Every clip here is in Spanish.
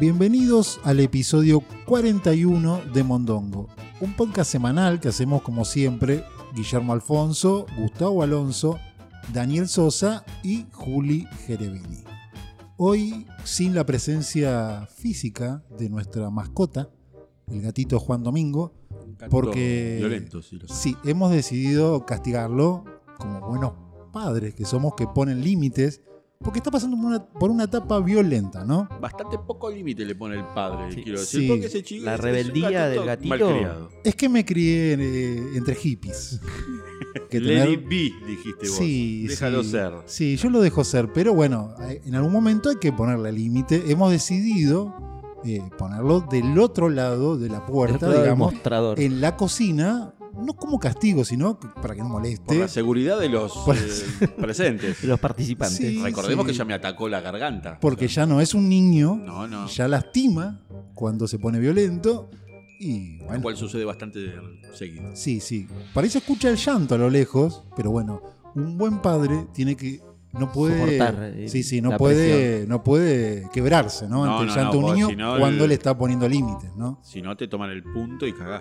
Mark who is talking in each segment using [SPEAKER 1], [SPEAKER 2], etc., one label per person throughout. [SPEAKER 1] Bienvenidos al episodio 41 de Mondongo, un podcast semanal que hacemos como siempre Guillermo Alfonso, Gustavo Alonso, Daniel Sosa y Juli Gerevini. Hoy, sin la presencia física de nuestra mascota, el gatito Juan Domingo, porque
[SPEAKER 2] Violento, sí, lo sé.
[SPEAKER 1] sí, hemos decidido castigarlo como buenos padres que somos que ponen límites, porque está pasando por una, por una etapa violenta, ¿no?
[SPEAKER 2] Bastante poco límite le pone el padre,
[SPEAKER 3] Sí.
[SPEAKER 2] quiero decir.
[SPEAKER 1] Sí.
[SPEAKER 2] Porque ese chico
[SPEAKER 3] La
[SPEAKER 2] es- es un
[SPEAKER 3] rebeldía del gatito.
[SPEAKER 2] malcriado.
[SPEAKER 1] Es que me crié eh, entre hippies. Que
[SPEAKER 2] Let
[SPEAKER 1] tener-
[SPEAKER 2] it be, dijiste vos.
[SPEAKER 1] Sí,
[SPEAKER 2] Déjalo
[SPEAKER 1] sí.
[SPEAKER 2] ser.
[SPEAKER 1] Sí, yo lo dejo ser, pero bueno, eh, en algún momento hay que ponerle límite. Hemos decidido eh, ponerlo del otro lado de la puerta,
[SPEAKER 3] Dentro del
[SPEAKER 1] digamos,
[SPEAKER 3] mostrador.
[SPEAKER 1] en la cocina, no como castigo, sino que- para que no
[SPEAKER 2] Por
[SPEAKER 1] moleste.
[SPEAKER 2] la seguridad de los
[SPEAKER 1] Por-
[SPEAKER 2] eh, presentes.
[SPEAKER 3] de los participantes.
[SPEAKER 1] Sí,
[SPEAKER 2] Recordemos
[SPEAKER 1] sí.
[SPEAKER 2] que ya me atacó la garganta.
[SPEAKER 1] Porque
[SPEAKER 2] O sea,
[SPEAKER 1] ya no es un niño,
[SPEAKER 2] No, no.
[SPEAKER 1] ya lastima cuando se pone violento. Y
[SPEAKER 2] Lo
[SPEAKER 1] bueno,
[SPEAKER 2] cual sucede bastante seguido.
[SPEAKER 1] sí, sí. Parece escucha el llanto a lo lejos, pero bueno, un buen padre tiene que. No puede.
[SPEAKER 3] Soportar, eh,
[SPEAKER 1] sí, sí, no
[SPEAKER 3] la
[SPEAKER 1] puede, no puede quebrarse, ¿no?
[SPEAKER 2] No,
[SPEAKER 1] Ante el
[SPEAKER 2] no,
[SPEAKER 1] llanto de
[SPEAKER 2] no,
[SPEAKER 1] un niño
[SPEAKER 2] porque si no,
[SPEAKER 1] cuando
[SPEAKER 2] el-
[SPEAKER 1] le está poniendo límites, ¿no?
[SPEAKER 2] Si no, te toman el punto y cagás.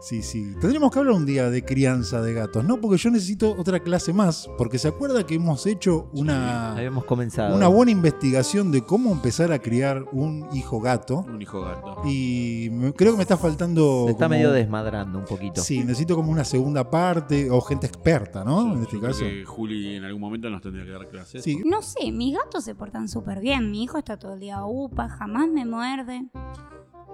[SPEAKER 1] Sí, sí. Tendremos que hablar un día de crianza de gatos, ¿no? Porque yo necesito otra clase más, porque se acuerda que hemos hecho una,
[SPEAKER 3] Ah. Habíamos comenzado.
[SPEAKER 1] una buena investigación de cómo empezar a criar un hijo gato.
[SPEAKER 2] Un hijo gato.
[SPEAKER 1] Y me- creo que me está faltando.
[SPEAKER 3] Se está
[SPEAKER 1] como-
[SPEAKER 3] medio desmadrando un poquito.
[SPEAKER 1] Sí, necesito como una segunda parte o gente experta, ¿no? en
[SPEAKER 2] Yo- yo
[SPEAKER 1] este
[SPEAKER 2] creo
[SPEAKER 1] caso.
[SPEAKER 2] que Juli en algún momento nos tendría que dar clases.
[SPEAKER 1] Sí.
[SPEAKER 4] No sé, mis gatos se portan súper bien. Mi hijo está todo el día upa, jamás me muerde.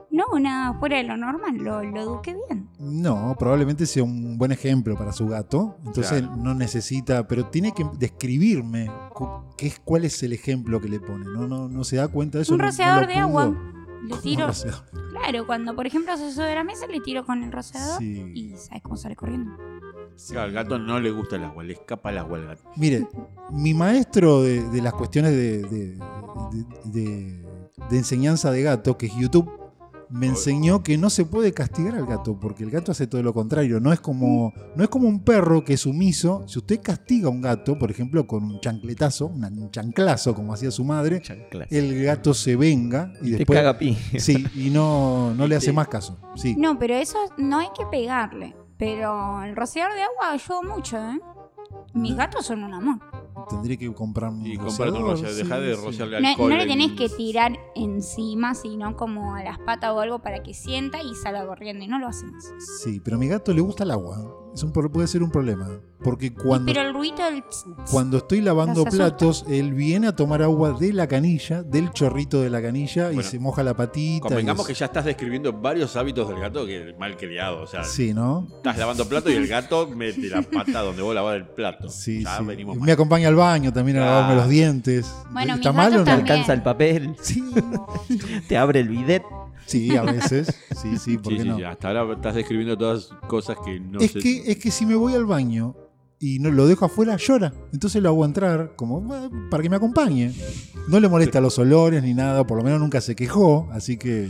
[SPEAKER 4] No, nada fuera de lo normal, lo, lo eduqué bien.
[SPEAKER 1] No, probablemente sea un buen ejemplo para su gato. Entonces
[SPEAKER 2] Claro.
[SPEAKER 1] no necesita, pero tiene que describirme cu- qué es, cuál es el ejemplo que le pone. No, no, no se da cuenta de eso.
[SPEAKER 4] un
[SPEAKER 1] no- no
[SPEAKER 4] roceador
[SPEAKER 1] lo
[SPEAKER 4] de
[SPEAKER 1] pudo.
[SPEAKER 4] agua. Le
[SPEAKER 1] ¿Cómo
[SPEAKER 4] tiro.
[SPEAKER 1] roceador?
[SPEAKER 4] Claro, cuando por ejemplo se sube de la mesa, le tiro con el roceador
[SPEAKER 1] Sí.
[SPEAKER 4] y sabes cómo sale corriendo.
[SPEAKER 2] Claro, al gato no le gusta el agua, le escapa el agua al gato.
[SPEAKER 1] Mire, mi maestro de, de las cuestiones de, de- de- de- de enseñanza de gato, que es YouTube, me enseñó que no se puede castigar al gato, porque el gato hace todo lo contrario. No es como, no es como un perro que es sumiso. Si usted castiga a un gato, por ejemplo, con un chancletazo, una- un chanclazo, como hacía su madre,
[SPEAKER 3] Chanclas.
[SPEAKER 1] el gato se venga y
[SPEAKER 3] Te
[SPEAKER 1] después.
[SPEAKER 3] caga pi.
[SPEAKER 1] Sí, y no, no le hace más caso. Sí.
[SPEAKER 4] No, pero eso no hay que pegarle. Pero el rociador de agua ayuda mucho, ¿eh? Mis gatos son un amor.
[SPEAKER 1] Tendría que comprar un
[SPEAKER 2] Y comprarte un rociador, dejá de rociarle
[SPEAKER 4] No,
[SPEAKER 2] alcohol.
[SPEAKER 4] no le
[SPEAKER 2] en-
[SPEAKER 4] tenés que tirar encima, sino como a las patas o algo para que sienta y salga corriendo. Y no lo hacemos.
[SPEAKER 1] Sí, pero a mi gato le gusta el agua. Es un, pro- puede ser un problema. Porque cuando,
[SPEAKER 4] Pero el ruido del... tss, tss,
[SPEAKER 1] cuando estoy lavando
[SPEAKER 4] Los asusta.
[SPEAKER 1] platos, él viene a tomar agua de la canilla, del chorrito de la canilla, y
[SPEAKER 2] Bueno,
[SPEAKER 1] se moja la patita. y
[SPEAKER 2] Convengamos
[SPEAKER 1] es-
[SPEAKER 2] que ya estás describiendo varios hábitos del gato que mal criado. O sea,
[SPEAKER 1] Sí, ¿no?
[SPEAKER 2] estás lavando plato y el gato mete la pata donde vos lavás el plato.
[SPEAKER 1] Sí,
[SPEAKER 2] ya
[SPEAKER 1] sí.
[SPEAKER 2] venimos
[SPEAKER 1] Me
[SPEAKER 2] mal.
[SPEAKER 1] acompaña al baño también a
[SPEAKER 2] Claro.
[SPEAKER 1] lavarme los dientes.
[SPEAKER 4] Bueno,
[SPEAKER 1] ¿Está
[SPEAKER 4] mis
[SPEAKER 1] mal o
[SPEAKER 4] gatos
[SPEAKER 1] no?
[SPEAKER 4] también.
[SPEAKER 3] Alcanza el papel,
[SPEAKER 1] Sí,
[SPEAKER 3] te abre el bidet.
[SPEAKER 1] sí, a veces. Sí, sí, ¿por
[SPEAKER 2] Sí,
[SPEAKER 1] qué
[SPEAKER 2] sí,
[SPEAKER 1] no?
[SPEAKER 2] sí, Hasta ahora estás describiendo todas cosas que no
[SPEAKER 1] es,
[SPEAKER 2] sé.
[SPEAKER 1] que, es que si me voy al baño y no lo dejo afuera, llora. Entonces lo hago entrar como "Ah, para que me acompañe. No le molesta los olores ni nada, por lo menos nunca se quejó, así que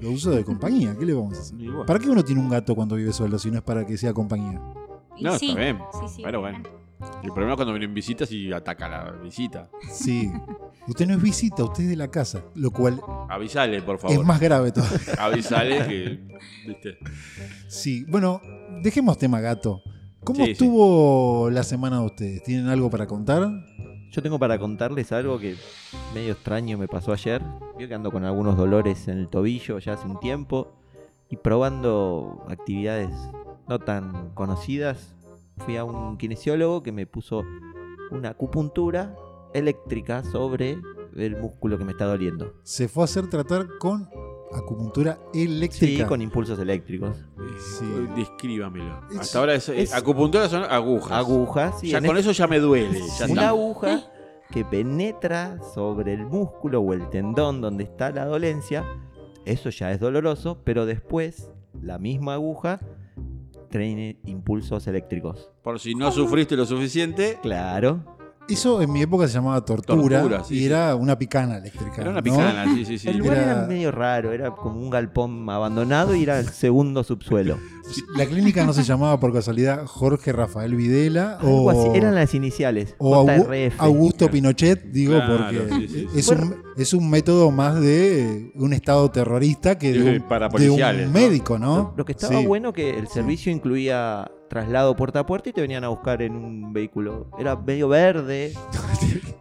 [SPEAKER 1] lo uso de compañía. ¿Qué le vamos a hacer?
[SPEAKER 2] Y bueno.
[SPEAKER 1] ¿Para qué uno tiene un gato cuando vive solo si no es para que sea compañía?
[SPEAKER 4] y
[SPEAKER 2] No,
[SPEAKER 4] sí.
[SPEAKER 2] está bien.
[SPEAKER 4] Sí, sí,
[SPEAKER 2] Pero bueno. El problema es cuando vienen visitas y ataca la visita.
[SPEAKER 1] Sí. Usted no es visita, usted es de la casa, lo cual
[SPEAKER 2] Avisale, por
[SPEAKER 1] es
[SPEAKER 2] favor.
[SPEAKER 1] más grave todavía.
[SPEAKER 2] Avisale que. ¿Viste?
[SPEAKER 1] Sí, bueno, dejemos tema gato. ¿Cómo
[SPEAKER 2] Sí, sí.
[SPEAKER 1] estuvo la semana de ustedes? ¿Tienen algo para contar?
[SPEAKER 3] Yo tengo para contarles algo que medio extraño me pasó ayer. Yo que ando con algunos dolores en el tobillo ya hace un tiempo y probando actividades no tan conocidas. Fui a un kinesiólogo que me puso una acupuntura eléctrica sobre el músculo que me está doliendo.
[SPEAKER 1] Se fue a hacer tratar con acupuntura
[SPEAKER 3] Sí,
[SPEAKER 1] eléctrica.
[SPEAKER 3] con impulsos eléctricos.
[SPEAKER 1] Sí.
[SPEAKER 2] Descríbamelo.
[SPEAKER 1] Es-
[SPEAKER 2] Hasta ahora es, eh,
[SPEAKER 3] es-
[SPEAKER 2] acupuntura son agujas.
[SPEAKER 3] Agujas. sí,
[SPEAKER 2] ya
[SPEAKER 3] en
[SPEAKER 2] con
[SPEAKER 3] este-
[SPEAKER 2] eso ya me duele. Ya
[SPEAKER 3] una
[SPEAKER 2] está.
[SPEAKER 1] Eh.
[SPEAKER 3] aguja que penetra sobre el músculo o el tendón donde está la dolencia. Eso ya es doloroso, pero después la misma aguja trae impulsos eléctricos.
[SPEAKER 2] Por si no sufriste lo suficiente,
[SPEAKER 3] Claro.
[SPEAKER 1] Eso en mi época se llamaba tortura,
[SPEAKER 2] Tortura, sí,
[SPEAKER 1] y
[SPEAKER 2] sí.
[SPEAKER 1] era una picana eléctrica.
[SPEAKER 2] Era una
[SPEAKER 1] ¿no?
[SPEAKER 2] picana, sí, sí, sí.
[SPEAKER 3] El lugar era...
[SPEAKER 1] Era-
[SPEAKER 3] medio raro, era como un galpón abandonado y era el segundo subsuelo.
[SPEAKER 1] La clínica no se llamaba por casualidad Jorge Rafael Videla
[SPEAKER 3] Algo así,
[SPEAKER 1] o,
[SPEAKER 3] eran las iniciales.
[SPEAKER 1] o Augu-
[SPEAKER 3] JRF.
[SPEAKER 1] Augusto Pinochet, digo,
[SPEAKER 2] Claro,
[SPEAKER 1] porque
[SPEAKER 2] sí, sí, sí.
[SPEAKER 1] Es, un, es un método más de un estado terrorista que de
[SPEAKER 2] Sí,
[SPEAKER 1] un,
[SPEAKER 2] para
[SPEAKER 1] de
[SPEAKER 2] policiales,
[SPEAKER 1] un
[SPEAKER 2] ¿no?
[SPEAKER 1] médico, ¿no?
[SPEAKER 3] Lo que estaba
[SPEAKER 1] Sí.
[SPEAKER 3] bueno que el servicio incluía traslado puerta a puerta y te venían a buscar en un vehículo. Era medio verde,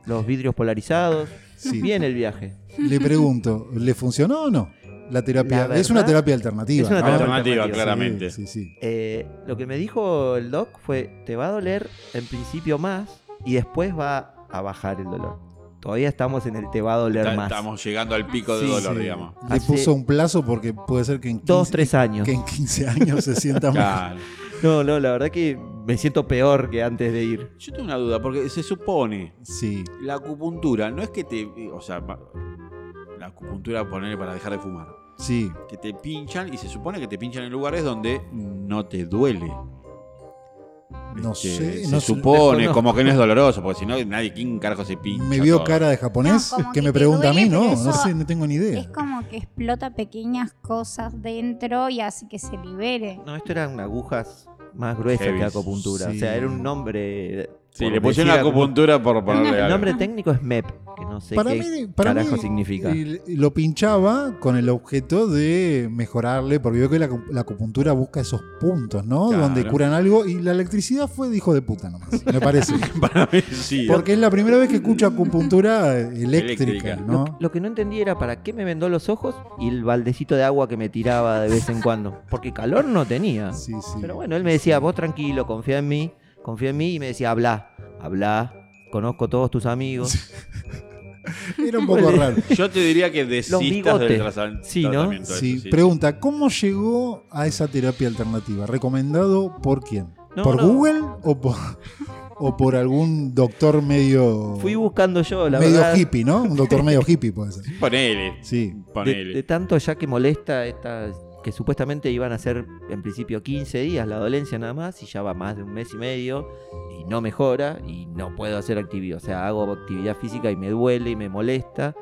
[SPEAKER 3] los vidrios polarizados.
[SPEAKER 1] Sí.
[SPEAKER 3] Bien el viaje.
[SPEAKER 1] Le pregunto, ¿le funcionó o no? La terapia
[SPEAKER 3] La
[SPEAKER 1] es una
[SPEAKER 3] verdad,
[SPEAKER 1] terapia alternativa.
[SPEAKER 3] es una
[SPEAKER 1] ¿no?
[SPEAKER 2] Ah, Alternativa,
[SPEAKER 3] alternativa,
[SPEAKER 2] claramente.
[SPEAKER 1] Sí, sí.
[SPEAKER 3] Eh, lo que me dijo el doc fue, te va a doler en principio más y después va a bajar el dolor. Todavía estamos en el te va a doler
[SPEAKER 2] Ta-
[SPEAKER 3] más.
[SPEAKER 2] Estamos llegando al pico de
[SPEAKER 1] Sí,
[SPEAKER 2] dolor,
[SPEAKER 1] sí.
[SPEAKER 2] digamos.
[SPEAKER 1] Le
[SPEAKER 3] Hace-
[SPEAKER 1] puso un plazo porque puede ser que en 15,
[SPEAKER 3] Dos, tres años.
[SPEAKER 1] que en 15 años se sienta mal.
[SPEAKER 2] Claro.
[SPEAKER 3] No, no, la verdad que me siento peor que antes de ir.
[SPEAKER 2] Yo tengo una duda, porque se supone
[SPEAKER 1] Sí.
[SPEAKER 2] la acupuntura no es que te. O sea, ma- la acupuntura ponerle para dejar de fumar.
[SPEAKER 1] Sí,
[SPEAKER 2] Que te pinchan y se supone que te pinchan en lugares donde no te duele.
[SPEAKER 1] no
[SPEAKER 2] Este,
[SPEAKER 1] sé.
[SPEAKER 2] Se
[SPEAKER 1] no sé.
[SPEAKER 2] supone,
[SPEAKER 3] Desconozco.
[SPEAKER 2] como que no es doloroso, porque si no, nadie, ¿quién carajo se pincha?
[SPEAKER 1] Me vio
[SPEAKER 2] todo?
[SPEAKER 1] cara de japonés
[SPEAKER 4] No, como
[SPEAKER 1] que
[SPEAKER 4] que
[SPEAKER 1] me
[SPEAKER 4] te
[SPEAKER 1] pregunta a mí,
[SPEAKER 4] duele, pero
[SPEAKER 1] no, no
[SPEAKER 4] eso-
[SPEAKER 1] sé, no tengo ni idea.
[SPEAKER 4] Es como que explota pequeñas cosas dentro y hace que se libere.
[SPEAKER 3] No, esto eran agujas más gruesas
[SPEAKER 2] Heavy.
[SPEAKER 3] que acupuntura.
[SPEAKER 1] Sí.
[SPEAKER 3] O sea, era un nombre.
[SPEAKER 2] Sí,
[SPEAKER 3] por
[SPEAKER 2] le pusieron
[SPEAKER 3] decir
[SPEAKER 2] acupuntura por ponerle.
[SPEAKER 3] El
[SPEAKER 2] algo.
[SPEAKER 3] nombre técnico es MEP, que no sé
[SPEAKER 1] Para
[SPEAKER 3] qué
[SPEAKER 1] mí, para
[SPEAKER 3] carajo
[SPEAKER 1] mí,
[SPEAKER 3] significa.
[SPEAKER 1] eh, lo pinchaba con el objeto de mejorarle, porque veo que la, acu- la acupuntura busca esos puntos, ¿no?
[SPEAKER 2] Claro.
[SPEAKER 1] Donde curan algo y la electricidad fue de hijo de puta nomás, me parece.
[SPEAKER 2] Para mí, sí.
[SPEAKER 1] porque es la primera vez que escucho acupuntura eléctrica,
[SPEAKER 2] Eléctrica.
[SPEAKER 1] ¿no?
[SPEAKER 3] Lo que no entendí era para qué me vendó los ojos y el baldecito de agua que me tiraba de vez en cuando. Porque calor no tenía.
[SPEAKER 1] Sí, sí.
[SPEAKER 3] Pero bueno, él me decía, vos tranquilo, confía en mí, confía en mí. Y me decía, habla, habla, conozco todos tus amigos.
[SPEAKER 1] Era un poco raro.
[SPEAKER 2] Yo te diría que desistas del
[SPEAKER 3] bigotes.
[SPEAKER 2] traza-
[SPEAKER 3] Sí, ¿no?
[SPEAKER 2] tratamiento. de
[SPEAKER 1] Sí,
[SPEAKER 2] eso, sí.
[SPEAKER 1] pregunta, ¿cómo llegó a esa terapia alternativa? ¿Recomendado por quién?
[SPEAKER 3] No,
[SPEAKER 1] ¿Por
[SPEAKER 3] no.
[SPEAKER 1] Google o por, o por algún doctor medio,
[SPEAKER 3] Fui buscando yo, la
[SPEAKER 1] medio
[SPEAKER 3] verdad.
[SPEAKER 1] hippie, ¿no? Un doctor medio hippie puede ser.
[SPEAKER 2] Ponele.
[SPEAKER 1] Sí,
[SPEAKER 3] de,
[SPEAKER 2] Ponele.
[SPEAKER 3] de tanto ya que molesta esta que supuestamente iban a ser en principio 15 días la dolencia nada más y ya va más de un mes y medio y no mejora y no puedo hacer actividad, o sea, hago actividad física y me duele y me molesta.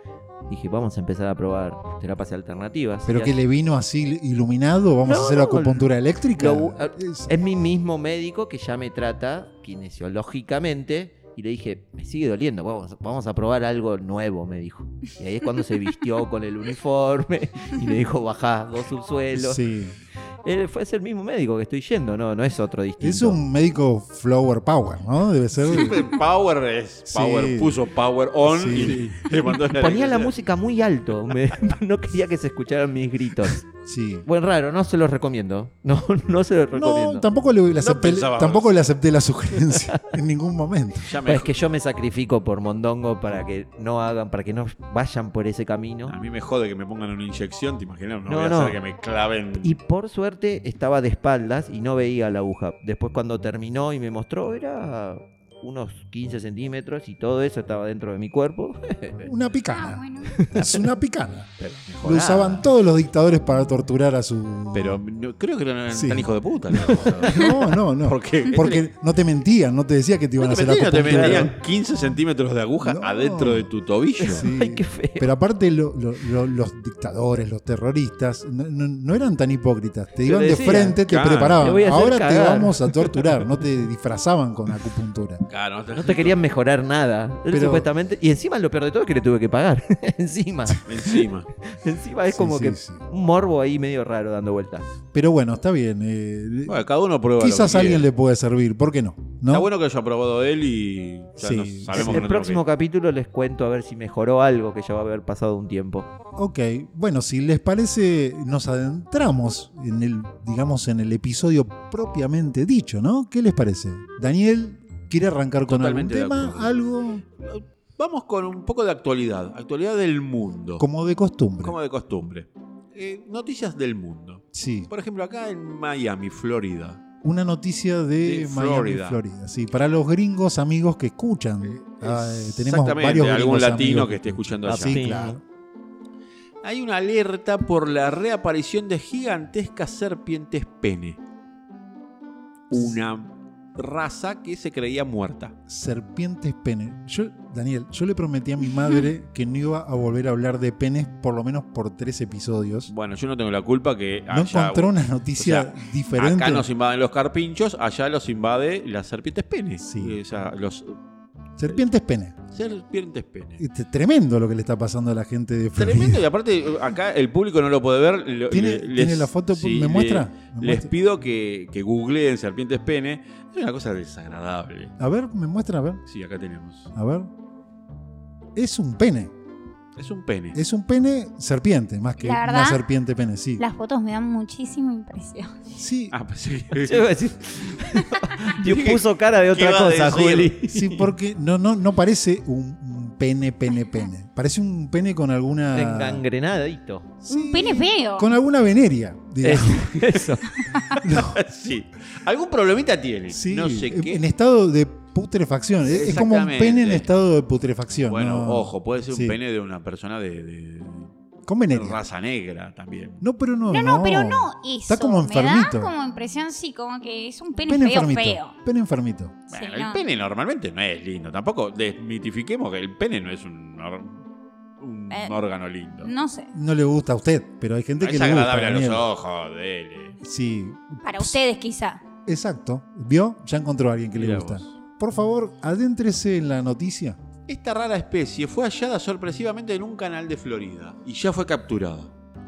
[SPEAKER 3] Dije, vamos a empezar a probar terapias alternativas.
[SPEAKER 1] pero
[SPEAKER 3] Y
[SPEAKER 1] que le vino así iluminado, vamos a
[SPEAKER 3] No,
[SPEAKER 1] hacer
[SPEAKER 3] no,
[SPEAKER 1] acupuntura eléctrica.
[SPEAKER 3] lo- ah, a-
[SPEAKER 1] Es-
[SPEAKER 3] Es mi mismo médico que ya me trata kinesiológicamente y le dije, me sigue doliendo, vamos, vamos a probar algo nuevo, me dijo. Y ahí es cuando se vistió con el uniforme y me dijo, bajá dos subsuelos.
[SPEAKER 1] sí.
[SPEAKER 3] Él Eh, fue es el mismo médico que estoy yendo, no, no es otro distinto.
[SPEAKER 1] Es un médico flower power, ¿no? Debe ser.
[SPEAKER 2] Siempre Power es
[SPEAKER 1] Sí.
[SPEAKER 2] power, puso power on
[SPEAKER 1] Sí.
[SPEAKER 2] y le mandó la
[SPEAKER 3] Ponía la
[SPEAKER 2] electricidad.
[SPEAKER 3] música muy alto, me- no quería que se escucharan mis gritos.
[SPEAKER 1] Sí.
[SPEAKER 3] Buen raro, no se los recomiendo. No, no se los recomiendo.
[SPEAKER 1] No, tampoco le, le acepté,
[SPEAKER 2] pensaba.
[SPEAKER 1] tampoco le acepté la sugerencia en ningún momento.
[SPEAKER 2] Ya me-
[SPEAKER 3] Pues es que yo me sacrifico por Mondongo para que no hagan, para que no vayan por ese camino.
[SPEAKER 2] A mí me jode que me pongan una inyección, te imaginas, no,
[SPEAKER 3] No,
[SPEAKER 2] voy a
[SPEAKER 3] no.
[SPEAKER 2] hacer que me claven.
[SPEAKER 3] Y por suerte estaba de espaldas y no veía la aguja. Después cuando terminó y me mostró, era unos 15 centímetros y todo eso estaba dentro de mi cuerpo.
[SPEAKER 1] Una
[SPEAKER 4] Ah,
[SPEAKER 1] picana.
[SPEAKER 4] bueno.
[SPEAKER 1] Es una picana.
[SPEAKER 2] Pero, me
[SPEAKER 1] Lo
[SPEAKER 2] jodaba.
[SPEAKER 1] usaban todos los dictadores para torturar a su.
[SPEAKER 2] Pero no- creo que no eran
[SPEAKER 1] Sí.
[SPEAKER 2] tan hijos de puta. ¿no?
[SPEAKER 1] No, no, no.
[SPEAKER 2] ¿Por qué?
[SPEAKER 1] Porque no te mentían, no te decía que te iban
[SPEAKER 2] No
[SPEAKER 1] a
[SPEAKER 2] te
[SPEAKER 1] hacer
[SPEAKER 2] metían, te
[SPEAKER 1] acupuntura.
[SPEAKER 2] metían 15 centímetros de aguja
[SPEAKER 1] No.
[SPEAKER 2] adentro de tu tobillo.
[SPEAKER 1] Sí.
[SPEAKER 3] Ay, qué feo.
[SPEAKER 1] Pero aparte lo- lo- lo- los dictadores, los terroristas, no, no- no eran tan hipócritas. Te
[SPEAKER 3] Te
[SPEAKER 1] iban de
[SPEAKER 3] decían,
[SPEAKER 1] frente, te
[SPEAKER 2] claro,
[SPEAKER 3] te
[SPEAKER 1] preparaban.
[SPEAKER 3] voy a hacer
[SPEAKER 1] Ahora te
[SPEAKER 3] cagar.
[SPEAKER 1] vamos a torturar, no te disfrazaban con acupuntura.
[SPEAKER 2] Claro, no te-
[SPEAKER 3] No te querían mejorar nada. Él
[SPEAKER 1] Pero-
[SPEAKER 3] supuestamente. Y encima lo peor de todo es que le tuve que pagar. encima.
[SPEAKER 2] encima.
[SPEAKER 3] Encima es
[SPEAKER 1] Sí,
[SPEAKER 3] como
[SPEAKER 1] sí,
[SPEAKER 3] que
[SPEAKER 1] sí.
[SPEAKER 3] un morbo ahí medio raro dando vueltas.
[SPEAKER 1] Pero bueno, está bien. eh,
[SPEAKER 2] Bueno, cada uno prueba. lo
[SPEAKER 1] quizás
[SPEAKER 2] que
[SPEAKER 1] a alguien
[SPEAKER 2] quiere.
[SPEAKER 1] le puede servir, ¿por qué no? ¿No?
[SPEAKER 2] Está bueno que haya probado él y ya
[SPEAKER 1] Sí.
[SPEAKER 2] nos
[SPEAKER 1] Sabemos
[SPEAKER 2] sabemos que
[SPEAKER 3] el
[SPEAKER 2] no
[SPEAKER 3] próximo
[SPEAKER 2] tengo
[SPEAKER 3] capítulo les cuento a ver si mejoró algo que ya va a haber pasado un tiempo.
[SPEAKER 1] Ok, bueno, si les parece, nos adentramos en el, digamos, en el episodio propiamente dicho, ¿no? ¿Qué les parece? Daniel, ¿quiere arrancar con
[SPEAKER 2] Totalmente de
[SPEAKER 1] algún tema?
[SPEAKER 2] acuerdo.
[SPEAKER 1] Algo
[SPEAKER 2] que- Vamos con un poco de actualidad. Actualidad del mundo.
[SPEAKER 1] como de costumbre.
[SPEAKER 2] Oh. Como de costumbre. Eh, noticias del mundo.
[SPEAKER 1] Sí,
[SPEAKER 2] Por ejemplo, acá en Miami, Florida.
[SPEAKER 1] una noticia de,
[SPEAKER 2] De
[SPEAKER 1] Miami, Florida.
[SPEAKER 2] Florida.
[SPEAKER 1] Sí, para los gringos amigos que escuchan. Ah, eh, tenemos
[SPEAKER 2] Exactamente,
[SPEAKER 1] varios
[SPEAKER 2] algún
[SPEAKER 1] gringos
[SPEAKER 2] latino
[SPEAKER 1] amigos
[SPEAKER 2] que esté escuchando
[SPEAKER 1] Ah,
[SPEAKER 2] allá.
[SPEAKER 1] sí,
[SPEAKER 3] Sí.
[SPEAKER 1] claro.
[SPEAKER 2] Hay una alerta por la reaparición de gigantescas serpientes pene. Una raza que se creía muerta.
[SPEAKER 1] Serpientes pene. Yo, Daniel, yo le prometí a mi madre que no iba a volver a hablar de penes por lo menos por tres episodios.
[SPEAKER 2] Bueno, yo no tengo la culpa que
[SPEAKER 1] No
[SPEAKER 2] allá-
[SPEAKER 1] encontró una noticia
[SPEAKER 2] Ah, o sea,
[SPEAKER 1] diferente.
[SPEAKER 2] Acá nos invaden los carpinchos, allá los invade las serpientes penes.
[SPEAKER 1] Sí.
[SPEAKER 2] O sea, los
[SPEAKER 1] Serpientes pene.
[SPEAKER 2] serpientes penes.
[SPEAKER 1] Este, tremendo lo que le está pasando a la gente de Florida.
[SPEAKER 2] Tremendo, y aparte acá el público no lo puede ver. lo-
[SPEAKER 1] ¿Tiene,
[SPEAKER 2] le-
[SPEAKER 1] tiene
[SPEAKER 2] les-
[SPEAKER 1] la foto?
[SPEAKER 2] sí,
[SPEAKER 1] ¿Me
[SPEAKER 2] le-
[SPEAKER 1] muestra? ¿Me
[SPEAKER 2] Les
[SPEAKER 1] muestra?
[SPEAKER 2] pido que, que googleen serpientes pene. Es una cosa desagradable.
[SPEAKER 1] A ver, me muestra, a ver.
[SPEAKER 2] Sí, acá tenemos.
[SPEAKER 1] A ver. Es un pene.
[SPEAKER 2] Es un pene.
[SPEAKER 1] Es un pene serpiente, más que
[SPEAKER 4] La
[SPEAKER 1] una
[SPEAKER 4] verdad,
[SPEAKER 1] serpiente pene, sí.
[SPEAKER 4] Las fotos me dan muchísima impresión.
[SPEAKER 1] Sí,
[SPEAKER 2] Ah, pensé
[SPEAKER 3] Yo iba a decir- Dios
[SPEAKER 2] Dije,
[SPEAKER 3] puso cara de
[SPEAKER 2] ¿qué
[SPEAKER 3] otra
[SPEAKER 2] va a
[SPEAKER 3] cosa,
[SPEAKER 2] decir?
[SPEAKER 3] Juli.
[SPEAKER 1] sí, porque no, no, no parece un, un pene, pene, pene. Parece un pene con
[SPEAKER 2] Ah.
[SPEAKER 1] alguna.
[SPEAKER 3] Engangrenadito.
[SPEAKER 1] Sí,
[SPEAKER 4] Un pene feo.
[SPEAKER 1] Con alguna veneria, digamos.
[SPEAKER 3] Eso.
[SPEAKER 2] sí. Algún problemita tiene.
[SPEAKER 1] Sí,
[SPEAKER 2] no sé
[SPEAKER 1] en-
[SPEAKER 2] qué.
[SPEAKER 1] En estado de putrefacción. Es es como un pene en
[SPEAKER 2] Exactamente.
[SPEAKER 1] estado de putrefacción.
[SPEAKER 2] Bueno,
[SPEAKER 1] no-
[SPEAKER 2] ojo, puede ser un
[SPEAKER 1] sí.
[SPEAKER 2] pene de una persona de, de-
[SPEAKER 1] Con
[SPEAKER 2] de
[SPEAKER 1] veneria.
[SPEAKER 2] raza negra también.
[SPEAKER 1] No, pero no.
[SPEAKER 4] No, no, pero no eso.
[SPEAKER 1] Está como enfermito.
[SPEAKER 4] Me da como impresión, sí, como que es un pene,
[SPEAKER 1] Pene
[SPEAKER 4] feo,
[SPEAKER 1] enfermito.
[SPEAKER 4] feo.
[SPEAKER 1] Pene enfermito.
[SPEAKER 2] Bueno,
[SPEAKER 4] Sí,
[SPEAKER 2] el
[SPEAKER 4] no.
[SPEAKER 2] pene normalmente no es lindo. Tampoco desmitifiquemos que el pene no es un, or- un
[SPEAKER 4] Eh,
[SPEAKER 2] órgano lindo.
[SPEAKER 4] No sé.
[SPEAKER 1] No le gusta a usted, pero hay gente
[SPEAKER 2] No
[SPEAKER 1] que
[SPEAKER 2] Ah, es
[SPEAKER 1] le gusta.
[SPEAKER 2] agradable a los
[SPEAKER 1] Daniel.
[SPEAKER 2] ojos, dele.
[SPEAKER 1] Sí,
[SPEAKER 4] Para ustedes quizá.
[SPEAKER 1] exacto. ¿Vio? Ya encontró a alguien que le
[SPEAKER 2] Mirá
[SPEAKER 1] gusta.
[SPEAKER 2] vos.
[SPEAKER 1] Por favor, adéntrese en la noticia.
[SPEAKER 2] Esta rara especie fue hallada sorpresivamente en un canal de Florida y ya fue capturada.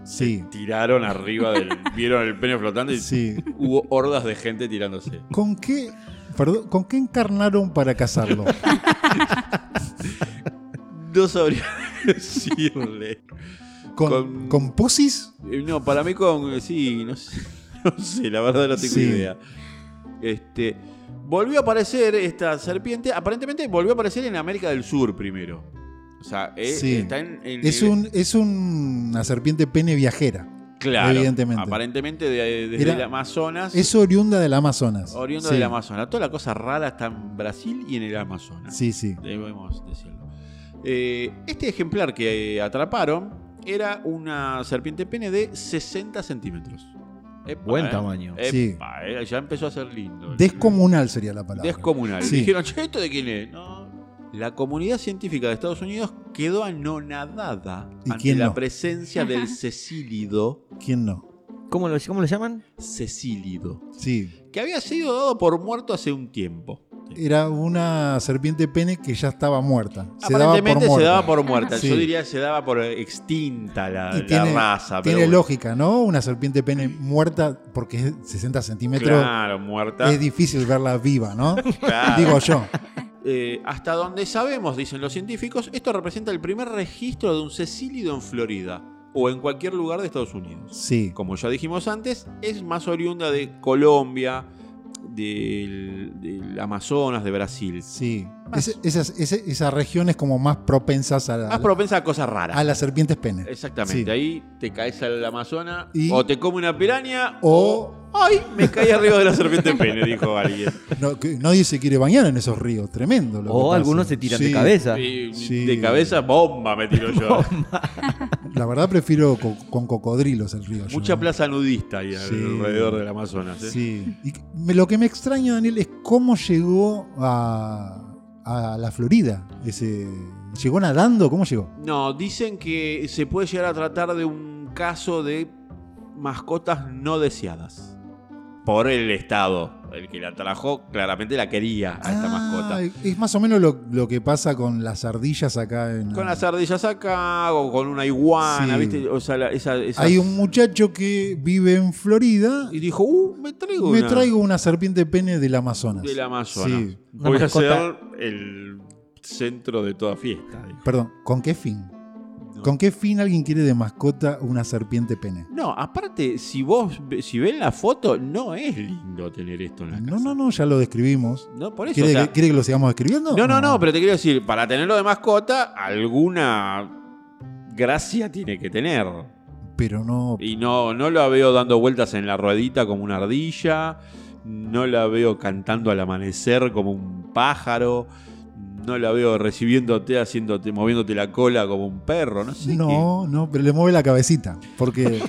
[SPEAKER 1] Sí,
[SPEAKER 2] Tiraron arriba del. vieron el pene flotando y
[SPEAKER 1] sí.
[SPEAKER 2] hubo hordas de gente tirándose.
[SPEAKER 1] ¿Con qué, perdón, ¿con qué encarnaron para casarlo?
[SPEAKER 2] No sabría decirle.
[SPEAKER 1] ¿Con,
[SPEAKER 2] Con-
[SPEAKER 1] con pusis?
[SPEAKER 2] Eh, No, para mí con. eh, Sí, no sé. No sé, la verdad no tengo
[SPEAKER 1] Sí.
[SPEAKER 2] idea. Este. Volvió a aparecer esta serpiente. Aparentemente volvió a aparecer en América del Sur primero. O sea, eh,
[SPEAKER 1] Sí.
[SPEAKER 2] está en. en-
[SPEAKER 1] Es, un, es un- una serpiente pene viajera.
[SPEAKER 2] Claro.
[SPEAKER 1] evidentemente.
[SPEAKER 2] Aparentemente de- desde
[SPEAKER 1] Era-
[SPEAKER 2] el Amazonas.
[SPEAKER 1] Es oriunda del Amazonas.
[SPEAKER 2] oriundo
[SPEAKER 1] Sí.
[SPEAKER 2] del Amazonas. Toda la cosa rara está en Brasil y en el Amazonas.
[SPEAKER 1] Sí, sí.
[SPEAKER 2] Debemos decirlo. Eh, este ejemplar que eh, atraparon era una serpiente pene de 60 centímetros. Epa,
[SPEAKER 3] Buen
[SPEAKER 2] eh.
[SPEAKER 3] tamaño.
[SPEAKER 1] Sí.
[SPEAKER 2] Epa, eh, ya empezó a ser lindo. el-
[SPEAKER 1] Descomunal sería la palabra.
[SPEAKER 2] Descomunal.
[SPEAKER 1] Sí.
[SPEAKER 2] Dijeron, che, ¿esto de quién es? No. La comunidad científica de Estados Unidos quedó anonadada
[SPEAKER 1] ¿Y
[SPEAKER 2] ante
[SPEAKER 1] quién
[SPEAKER 2] la
[SPEAKER 1] no?
[SPEAKER 2] presencia del cecílido.
[SPEAKER 1] ¿Quién no?
[SPEAKER 3] ¿Cómo lo, cómo lo llaman?
[SPEAKER 2] Cecílido.
[SPEAKER 1] Sí.
[SPEAKER 2] Que había sido dado por muerto hace un tiempo.
[SPEAKER 1] Era una serpiente pene que ya estaba muerta. Se daba por
[SPEAKER 2] Aparentemente
[SPEAKER 1] muerta.
[SPEAKER 2] se daba por muerta.
[SPEAKER 1] Sí.
[SPEAKER 2] Yo diría que se daba por extinta la,
[SPEAKER 1] Y
[SPEAKER 2] la
[SPEAKER 1] tiene-
[SPEAKER 2] raza.
[SPEAKER 1] Tiene
[SPEAKER 2] pero bueno.
[SPEAKER 1] lógica, ¿no? Una serpiente pene muerta porque es 60 centímetros.
[SPEAKER 2] Claro, muerta.
[SPEAKER 1] Es difícil verla viva, ¿no?
[SPEAKER 2] Claro.
[SPEAKER 1] Eh, Digo yo.
[SPEAKER 2] Eh, hasta donde sabemos, dicen los científicos, esto representa el primer registro de un cecílido en Florida o en cualquier lugar de Estados Unidos.
[SPEAKER 1] Sí.
[SPEAKER 2] Como ya dijimos antes, es más oriunda de Colombia, del, del Amazonas, de Brasil.
[SPEAKER 1] Sí.
[SPEAKER 2] Más.
[SPEAKER 1] Ese- esas, ese- esas regiones como más propensas a, la-
[SPEAKER 2] Más propensa a cosas raras.
[SPEAKER 1] a las serpientes pene.
[SPEAKER 2] Exactamente,
[SPEAKER 1] Sí.
[SPEAKER 2] ahí te caes al Amazonas
[SPEAKER 1] Y-
[SPEAKER 2] o te come una piraña
[SPEAKER 1] O-
[SPEAKER 2] o... ¡Ay! Me caí arriba de la serpiente pene, dijo alguien.
[SPEAKER 1] No, que nadie se quiere bañar en esos ríos, tremendo. lo que
[SPEAKER 3] O
[SPEAKER 1] pasa.
[SPEAKER 3] algunos se tiran
[SPEAKER 1] Sí.
[SPEAKER 3] de cabeza.
[SPEAKER 2] Y
[SPEAKER 1] Sí.
[SPEAKER 2] De cabeza, bomba me tiro yo.
[SPEAKER 1] La verdad prefiero co- con cocodrilos el río. yo,
[SPEAKER 2] Mucha
[SPEAKER 1] ¿no?
[SPEAKER 2] plaza nudista ahí
[SPEAKER 1] Sí.
[SPEAKER 2] alrededor del Amazonas. ¿eh?
[SPEAKER 1] Sí. Y me- lo que me extraña, Daniel, es cómo llegó a, a la Florida. Ese, ¿Llegó nadando? ¿Cómo llegó?
[SPEAKER 2] No, dicen que se puede llegar a tratar de un caso de mascotas no deseadas. Por el Estado. El que la trajo claramente la quería a esta
[SPEAKER 1] Ah,
[SPEAKER 2] mascota.
[SPEAKER 1] Es más o menos lo, lo que pasa con las ardillas acá en.
[SPEAKER 2] Con las ardillas acá o con una iguana,
[SPEAKER 1] Sí.
[SPEAKER 2] ¿viste? O sea, la- esa, esa-
[SPEAKER 1] Hay un muchacho que vive en Florida.
[SPEAKER 2] Y dijo, uh, me traigo
[SPEAKER 1] Me
[SPEAKER 2] una
[SPEAKER 1] traigo una serpiente pene del Amazonas.
[SPEAKER 2] del Amazonas.
[SPEAKER 1] Sí.
[SPEAKER 3] Una
[SPEAKER 2] Voy
[SPEAKER 3] mascota.
[SPEAKER 2] a ser el centro de toda fiesta. dijo.
[SPEAKER 1] Perdón, ¿con qué fin?
[SPEAKER 2] No.
[SPEAKER 1] ¿Con qué fin alguien quiere de mascota una serpiente pene?
[SPEAKER 2] No, aparte, si vos ve- si ven la foto, no es lindo tener esto en la casa.
[SPEAKER 1] No, no, no, ya lo describimos.
[SPEAKER 2] No, por eso.
[SPEAKER 1] ¿Quiere,
[SPEAKER 2] o sea,
[SPEAKER 1] que, quiere que lo sigamos escribiendo?
[SPEAKER 2] no, no, no, pero te quiero decir, para tenerlo de mascota, alguna gracia tiene que tener.
[SPEAKER 1] Pero no.
[SPEAKER 2] Y no, no la veo dando vueltas en la ruedita como una ardilla, no la veo cantando al amanecer como un pájaro, no la veo recibiéndote, haciéndote, moviéndote la cola como un perro, no sé. qué.
[SPEAKER 1] No, no, pero le mueve la cabecita. Porque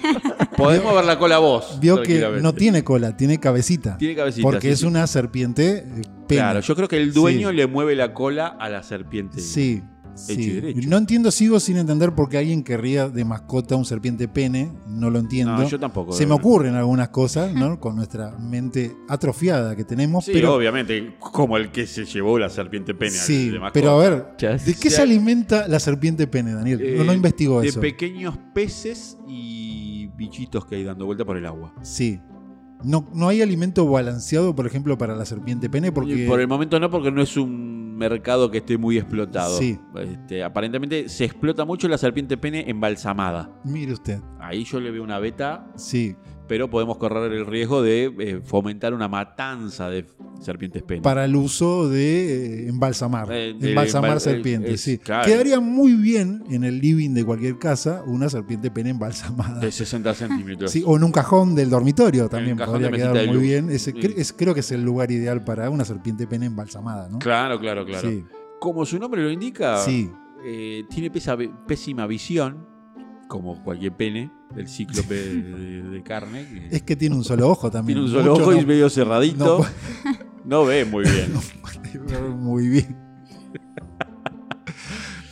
[SPEAKER 2] Podemos ver la cola vos.
[SPEAKER 1] Vio que
[SPEAKER 2] tranquilamente.
[SPEAKER 1] no tiene cola, tiene cabecita.
[SPEAKER 2] Tiene cabecita.
[SPEAKER 1] porque
[SPEAKER 2] sí,
[SPEAKER 1] es
[SPEAKER 2] sí.
[SPEAKER 1] una serpiente eh, pena.
[SPEAKER 2] Claro, yo creo que el dueño
[SPEAKER 1] Sí.
[SPEAKER 2] le mueve la cola a la serpiente.
[SPEAKER 1] Sí.
[SPEAKER 2] Hecho y
[SPEAKER 1] sí.
[SPEAKER 2] derecho.
[SPEAKER 1] No entiendo, sigo sin entender por qué alguien querría de mascota un serpiente pene. No lo entiendo.
[SPEAKER 2] No, yo tampoco. eh.
[SPEAKER 1] Se me ocurren algunas cosas, ¿no? Con nuestra mente atrofiada que tenemos.
[SPEAKER 2] Sí,
[SPEAKER 1] pero,
[SPEAKER 2] obviamente, como el que se llevó la serpiente pene. al
[SPEAKER 1] sí,
[SPEAKER 2] de mascota.
[SPEAKER 1] pero a ver,
[SPEAKER 3] Chas.
[SPEAKER 1] ¿de qué
[SPEAKER 2] O sea,
[SPEAKER 1] se alimenta la serpiente pene, Daniel? no, no
[SPEAKER 2] Eh,
[SPEAKER 1] investigo
[SPEAKER 2] de
[SPEAKER 1] eso.
[SPEAKER 2] pequeños peces y bichitos que hay dando vuelta por el agua.
[SPEAKER 1] Sí. No, no hay alimento balanceado, por ejemplo, para la serpiente pene, porque.
[SPEAKER 2] Y Por el momento no, porque no es un mercado que esté muy explotado.
[SPEAKER 1] Sí.
[SPEAKER 2] Este, aparentemente se explota mucho la serpiente pene embalsamada.
[SPEAKER 1] Mire usted.
[SPEAKER 2] Ahí yo le veo una beta,
[SPEAKER 1] Sí.
[SPEAKER 2] pero podemos correr el riesgo de eh, fomentar una matanza de serpientes pene.
[SPEAKER 1] Para el uso de eh, embalsamar.
[SPEAKER 2] Eh, de
[SPEAKER 1] embalsamar
[SPEAKER 2] embal- eh,
[SPEAKER 1] serpientes,
[SPEAKER 2] es-
[SPEAKER 1] sí.
[SPEAKER 2] claro.
[SPEAKER 1] Quedaría muy bien en el living de cualquier casa una serpiente pene embalsamada.
[SPEAKER 2] De 60 centímetros.
[SPEAKER 1] Sí, o en un cajón del dormitorio también
[SPEAKER 2] un cajón
[SPEAKER 1] podría
[SPEAKER 2] de mesita
[SPEAKER 1] quedar
[SPEAKER 2] de
[SPEAKER 1] muy
[SPEAKER 2] luz.
[SPEAKER 1] bien. Ese,
[SPEAKER 2] Sí.
[SPEAKER 1] cre- es- creo que es el lugar ideal para una serpiente pene embalsamada, ¿no?
[SPEAKER 2] Claro, claro, claro. Ah.
[SPEAKER 1] Sí,
[SPEAKER 2] Como su nombre lo indica,
[SPEAKER 1] sí.
[SPEAKER 2] eh, tiene pesa- pésima visión, como cualquier pene, el cíclope de, de- de carne. que
[SPEAKER 1] Es que tiene un solo ojo también.
[SPEAKER 2] tiene un solo
[SPEAKER 1] Mucho
[SPEAKER 2] ojo y
[SPEAKER 1] no-
[SPEAKER 2] medio cerradito.
[SPEAKER 1] no
[SPEAKER 2] No, ve muy bien.
[SPEAKER 1] puede ver Muy bien.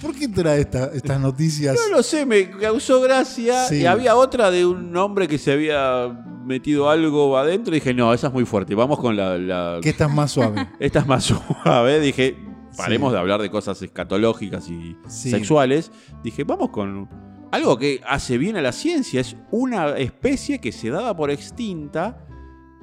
[SPEAKER 1] ¿Por qué trae esta- estas noticias?
[SPEAKER 2] No lo sé, me causó gracia.
[SPEAKER 1] Sí.
[SPEAKER 2] Y había otra de un hombre que se había metido algo adentro. Y dije, no, esa es muy fuerte. Vamos con la. la-
[SPEAKER 1] Que estás más suave.
[SPEAKER 2] Esta es más suave. Dije, paremos de hablar de cosas escatológicas y
[SPEAKER 1] Sí.
[SPEAKER 2] sexuales. Dije, vamos con algo que hace bien a la ciencia. Es una especie que se daba por extinta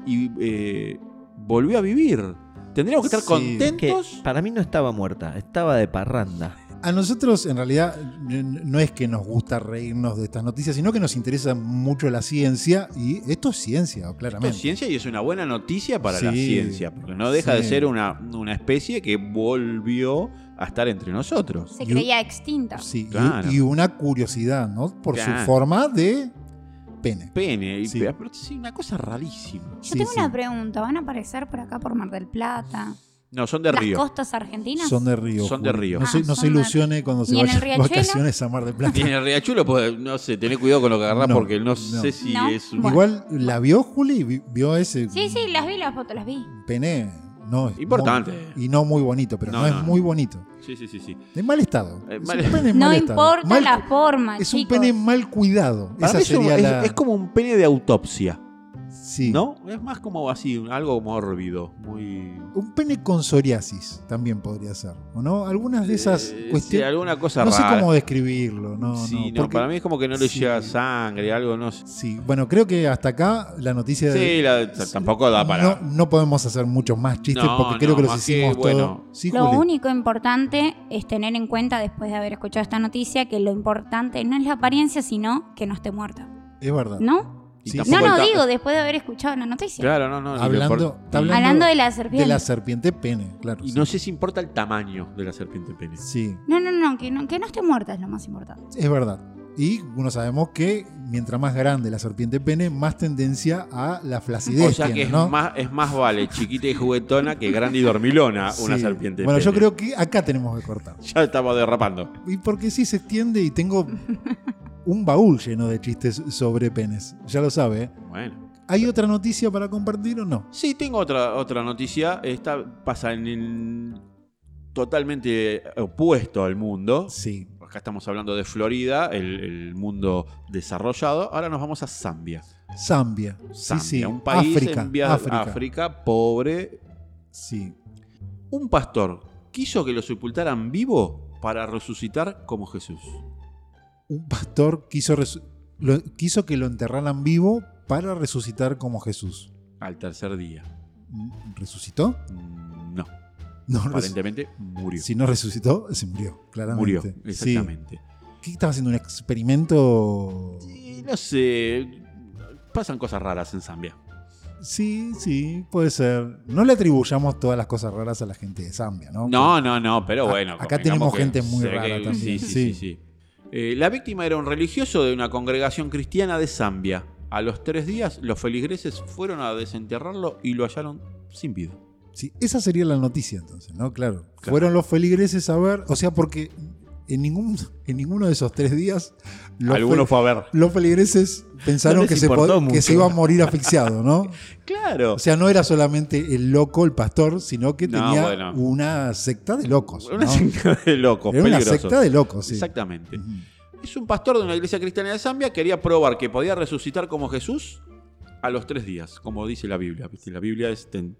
[SPEAKER 2] y eh, volvió a vivir. Tendríamos que estar
[SPEAKER 1] Sí.
[SPEAKER 3] Que
[SPEAKER 2] contentos.
[SPEAKER 3] para mí no estaba muerta, estaba de parranda.
[SPEAKER 1] A nosotros, en realidad, n- no es que nos gusta reírnos de estas noticias, sino que nos interesa mucho la ciencia. Y esto es ciencia,
[SPEAKER 2] Esto es
[SPEAKER 1] claramente.
[SPEAKER 2] ciencia y es una buena noticia para la
[SPEAKER 1] Sí.
[SPEAKER 2] ciencia, porque no deja de
[SPEAKER 1] Sí.
[SPEAKER 2] ser una, una especie que volvió a estar entre nosotros.
[SPEAKER 4] Se
[SPEAKER 1] You-
[SPEAKER 4] creía extinta.
[SPEAKER 1] Sí, y-
[SPEAKER 2] Claro.
[SPEAKER 1] y, una curiosidad, ¿no? Por
[SPEAKER 2] Claro.
[SPEAKER 1] su forma de pene.
[SPEAKER 2] Pene, y
[SPEAKER 1] Sí.
[SPEAKER 2] pe- aparte sí, una cosa rarísima.
[SPEAKER 4] Yo
[SPEAKER 1] sí,
[SPEAKER 4] tengo
[SPEAKER 1] sí.
[SPEAKER 4] una pregunta. ¿Van a aparecer por acá por Mar del Plata?
[SPEAKER 2] No, son de
[SPEAKER 4] ¿Las
[SPEAKER 2] río.
[SPEAKER 4] costas argentinas?
[SPEAKER 1] Son de río.
[SPEAKER 2] Son de
[SPEAKER 1] Juli.
[SPEAKER 2] río.
[SPEAKER 1] No, se,
[SPEAKER 4] Ah,
[SPEAKER 1] no se
[SPEAKER 4] son de-
[SPEAKER 1] ilusione cuando se
[SPEAKER 4] ¿Ni en el
[SPEAKER 1] vayan de
[SPEAKER 4] Riachuelo?
[SPEAKER 1] vacaciones a Mar del Plata.
[SPEAKER 2] Tiene riachuelo, pues, no sé, tené cuidado con lo que agarrás
[SPEAKER 1] No,
[SPEAKER 2] porque no,
[SPEAKER 1] no.
[SPEAKER 2] sé si
[SPEAKER 4] No.
[SPEAKER 2] es un...
[SPEAKER 4] Bueno.
[SPEAKER 1] Igual la vio Juli, Vi- vio ese
[SPEAKER 4] Sí, sí, las vi, las fotos, las vi.
[SPEAKER 1] pene. No, es
[SPEAKER 2] Importante.
[SPEAKER 1] muy- y no muy bonito, pero
[SPEAKER 2] No,
[SPEAKER 1] no,
[SPEAKER 2] no.
[SPEAKER 1] es muy bonito.
[SPEAKER 2] Sí, sí, sí, sí.
[SPEAKER 1] De mal estado.
[SPEAKER 2] Eh,
[SPEAKER 1] Es
[SPEAKER 2] mal-
[SPEAKER 1] un pene en
[SPEAKER 4] No
[SPEAKER 1] mal estado.
[SPEAKER 4] importa
[SPEAKER 1] Mal-
[SPEAKER 4] la forma,
[SPEAKER 1] Es un
[SPEAKER 4] chicos.
[SPEAKER 1] pene mal cuidado.
[SPEAKER 2] Para
[SPEAKER 1] Esa
[SPEAKER 2] mí es, un-
[SPEAKER 1] sería
[SPEAKER 2] es-
[SPEAKER 1] la.
[SPEAKER 2] es como un pene de autopsia,
[SPEAKER 1] sí.
[SPEAKER 2] ¿no? Es más como así, algo mórbido, muy...
[SPEAKER 1] Un pene con psoriasis también podría ser. ¿O no? Algunas de esas
[SPEAKER 2] Eh, sí,
[SPEAKER 1] cuestiones.
[SPEAKER 2] alguna cosa
[SPEAKER 1] No sé
[SPEAKER 2] rara.
[SPEAKER 1] cómo describirlo. No,
[SPEAKER 2] sí,
[SPEAKER 1] no,
[SPEAKER 2] no,
[SPEAKER 1] porque-
[SPEAKER 2] para mí es como que no le
[SPEAKER 1] sí.
[SPEAKER 2] llega sangre, algo, no sé.
[SPEAKER 1] Sí, bueno, creo que hasta acá la noticia de.
[SPEAKER 2] Sí, la- t- tampoco da para.
[SPEAKER 1] No, no podemos hacer muchos más chistes
[SPEAKER 2] No,
[SPEAKER 1] porque
[SPEAKER 2] no,
[SPEAKER 1] creo que los
[SPEAKER 2] más que,
[SPEAKER 1] hicimos todo.
[SPEAKER 2] bueno.
[SPEAKER 1] Sí,
[SPEAKER 4] Lo
[SPEAKER 1] Juli.
[SPEAKER 4] único importante es tener en cuenta, después de haber escuchado esta noticia, que lo importante no es la apariencia, sino que no esté muerta.
[SPEAKER 1] Es verdad.
[SPEAKER 4] ¿No?
[SPEAKER 2] Y
[SPEAKER 1] Sí,
[SPEAKER 2] tampoco
[SPEAKER 4] No, no,
[SPEAKER 2] está-
[SPEAKER 4] digo, después de haber escuchado la noticia.
[SPEAKER 2] Claro, no, no. ni le
[SPEAKER 1] hablando,
[SPEAKER 2] importa.
[SPEAKER 1] está hablando
[SPEAKER 4] Hablando de
[SPEAKER 1] de,
[SPEAKER 4] la
[SPEAKER 1] la
[SPEAKER 4] serpiente.
[SPEAKER 1] serpiente pene, claro.
[SPEAKER 2] Y
[SPEAKER 1] sí.
[SPEAKER 2] no sé si importa el tamaño de la serpiente pene.
[SPEAKER 1] Sí,
[SPEAKER 4] No, no, no que, no, que no esté muerta es lo más importante.
[SPEAKER 1] es verdad. Y uno sabemos que mientras más grande la serpiente pene, más tendencia a la flacidez.
[SPEAKER 2] O sea que
[SPEAKER 1] tiene,
[SPEAKER 2] es,
[SPEAKER 1] este, ¿no?
[SPEAKER 2] más, es más vale chiquita y juguetona que grande y dormilona una
[SPEAKER 1] Sí.
[SPEAKER 2] serpiente
[SPEAKER 1] Bueno, yo
[SPEAKER 2] pene.
[SPEAKER 1] creo que acá tenemos que cortar.
[SPEAKER 2] Ya estamos derrapando.
[SPEAKER 1] Y porque sí se extiende y tengo un baúl lleno de chistes sobre penes. Ya lo sabe. ¿eh?
[SPEAKER 2] Bueno.
[SPEAKER 1] ¿Hay otra noticia para compartir o no?
[SPEAKER 2] Sí, tengo otra, otra noticia. Esta pasa en el totalmente opuesto al mundo.
[SPEAKER 1] Sí.
[SPEAKER 2] Acá estamos hablando de Florida, el, el mundo desarrollado. Ahora nos vamos a Zambia.
[SPEAKER 1] Zambia. sí,
[SPEAKER 2] Zambia,
[SPEAKER 1] sí.
[SPEAKER 2] un país
[SPEAKER 1] África,
[SPEAKER 2] en vía de
[SPEAKER 1] África.
[SPEAKER 2] África pobre.
[SPEAKER 1] Sí.
[SPEAKER 2] Un pastor quiso que lo sepultaran vivo para resucitar como Jesús.
[SPEAKER 1] Un pastor quiso, resu- lo- quiso que lo enterraran vivo para resucitar como Jesús.
[SPEAKER 2] Al tercer día.
[SPEAKER 1] Mm, ¿Resucitó?
[SPEAKER 2] Mm, No,
[SPEAKER 1] No, resu-
[SPEAKER 2] aparentemente murió.
[SPEAKER 1] si no resucitó, se murió, claramente.
[SPEAKER 2] murió,
[SPEAKER 1] Sí.
[SPEAKER 2] exactamente.
[SPEAKER 1] ¿Qué estaba haciendo? ¿Un experimento?
[SPEAKER 2] Y no sé, pasan cosas raras en Zambia.
[SPEAKER 1] Sí, sí, puede ser. No le atribuyamos todas las cosas raras a la gente de Zambia, ¿no?
[SPEAKER 2] No, no, no, pero
[SPEAKER 1] A-
[SPEAKER 2] bueno.
[SPEAKER 1] Ah, acá tenemos
[SPEAKER 2] convengamos que
[SPEAKER 1] gente muy
[SPEAKER 2] se ve
[SPEAKER 1] rara
[SPEAKER 2] que-
[SPEAKER 1] también,
[SPEAKER 2] Sí, sí,
[SPEAKER 1] sí.
[SPEAKER 2] sí. sí. Eh, la víctima era un religioso de una congregación cristiana de Zambia. A los tres días, los feligreses fueron a desenterrarlo y lo hallaron sin vida.
[SPEAKER 1] Sí, esa sería la noticia entonces, ¿no? Claro. Fueron los feligreses a ver, o sea, porque en, ningún, en ninguno de esos tres días los,
[SPEAKER 2] Alguno
[SPEAKER 1] fel-
[SPEAKER 2] fue a ver.
[SPEAKER 1] los feligreses pensaron
[SPEAKER 3] les
[SPEAKER 1] que, se
[SPEAKER 3] importó
[SPEAKER 1] pod- que
[SPEAKER 3] mucho.
[SPEAKER 1] se iba a morir asfixiado, ¿no?
[SPEAKER 2] Claro.
[SPEAKER 1] O sea, no era solamente el loco, el pastor, sino que
[SPEAKER 2] No,
[SPEAKER 1] tenía
[SPEAKER 2] bueno.
[SPEAKER 1] una secta de locos.
[SPEAKER 2] una
[SPEAKER 1] ¿no?
[SPEAKER 2] secta de locos,
[SPEAKER 1] Era una
[SPEAKER 2] peligroso.
[SPEAKER 1] secta de locos, sí.
[SPEAKER 2] Exactamente.
[SPEAKER 1] Ujú.
[SPEAKER 2] Es un pastor de una iglesia cristiana de Zambia, quería probar que podía resucitar como Jesús a los tres días, como dice la Biblia. ¿viste? La Biblia es, ten-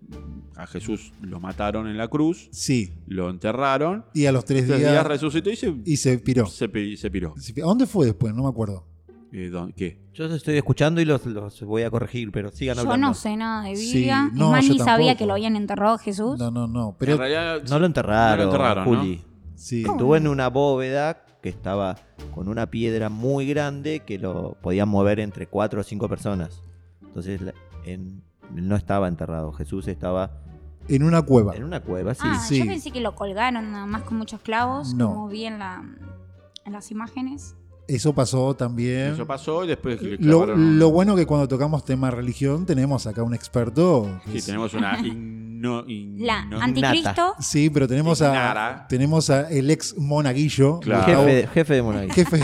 [SPEAKER 2] a Jesús lo mataron en la cruz,
[SPEAKER 1] Sí.
[SPEAKER 2] lo enterraron,
[SPEAKER 1] Y a los tres
[SPEAKER 2] tres días,
[SPEAKER 1] días
[SPEAKER 2] resucitó y se,
[SPEAKER 1] y se piró.
[SPEAKER 2] se pi- se piró.
[SPEAKER 1] Se pi- ¿A dónde fue después? No me acuerdo.
[SPEAKER 2] Eh, don- ¿Qué?
[SPEAKER 3] Yo los estoy escuchando y los, los voy a corregir, pero sigan
[SPEAKER 4] Yo
[SPEAKER 3] hablando.
[SPEAKER 4] no sé nada de
[SPEAKER 1] Sí,
[SPEAKER 4] Biblia. y
[SPEAKER 1] no,
[SPEAKER 4] más
[SPEAKER 1] yo
[SPEAKER 4] ni sabía
[SPEAKER 1] tampoco.
[SPEAKER 4] que lo habían enterrado a Jesús.
[SPEAKER 1] No, no, no. Pero
[SPEAKER 2] en realidad,
[SPEAKER 3] No lo enterraron,
[SPEAKER 2] No lo enterraron,
[SPEAKER 3] Juli.
[SPEAKER 1] sí.
[SPEAKER 3] Estuvo en una bóveda que estaba con una piedra muy grande que lo podían mover entre cuatro o cinco personas. Entonces la- en- él no estaba enterrado. Jesús estaba
[SPEAKER 1] En una cueva.
[SPEAKER 3] en una cueva, sí.
[SPEAKER 4] ah,
[SPEAKER 1] sí.
[SPEAKER 4] yo pensé que lo colgaron nada más con muchos clavos,
[SPEAKER 1] No.
[SPEAKER 4] como vi en, la- en las imágenes.
[SPEAKER 1] Eso pasó también.
[SPEAKER 2] eso pasó y después le
[SPEAKER 1] Lo,
[SPEAKER 2] clavaron-
[SPEAKER 1] lo bueno que cuando tocamos tema religión tenemos acá un experto. que
[SPEAKER 2] Sí,
[SPEAKER 1] es-
[SPEAKER 2] tenemos una igno- igno-
[SPEAKER 4] La
[SPEAKER 2] no-
[SPEAKER 4] anticristo.
[SPEAKER 1] Sí, pero tenemos a
[SPEAKER 2] Nara.
[SPEAKER 1] tenemos a el ex monaguillo,
[SPEAKER 2] Claro.
[SPEAKER 1] Gustavo-
[SPEAKER 3] Jefe, de- jefe de monarquía.
[SPEAKER 1] jefe,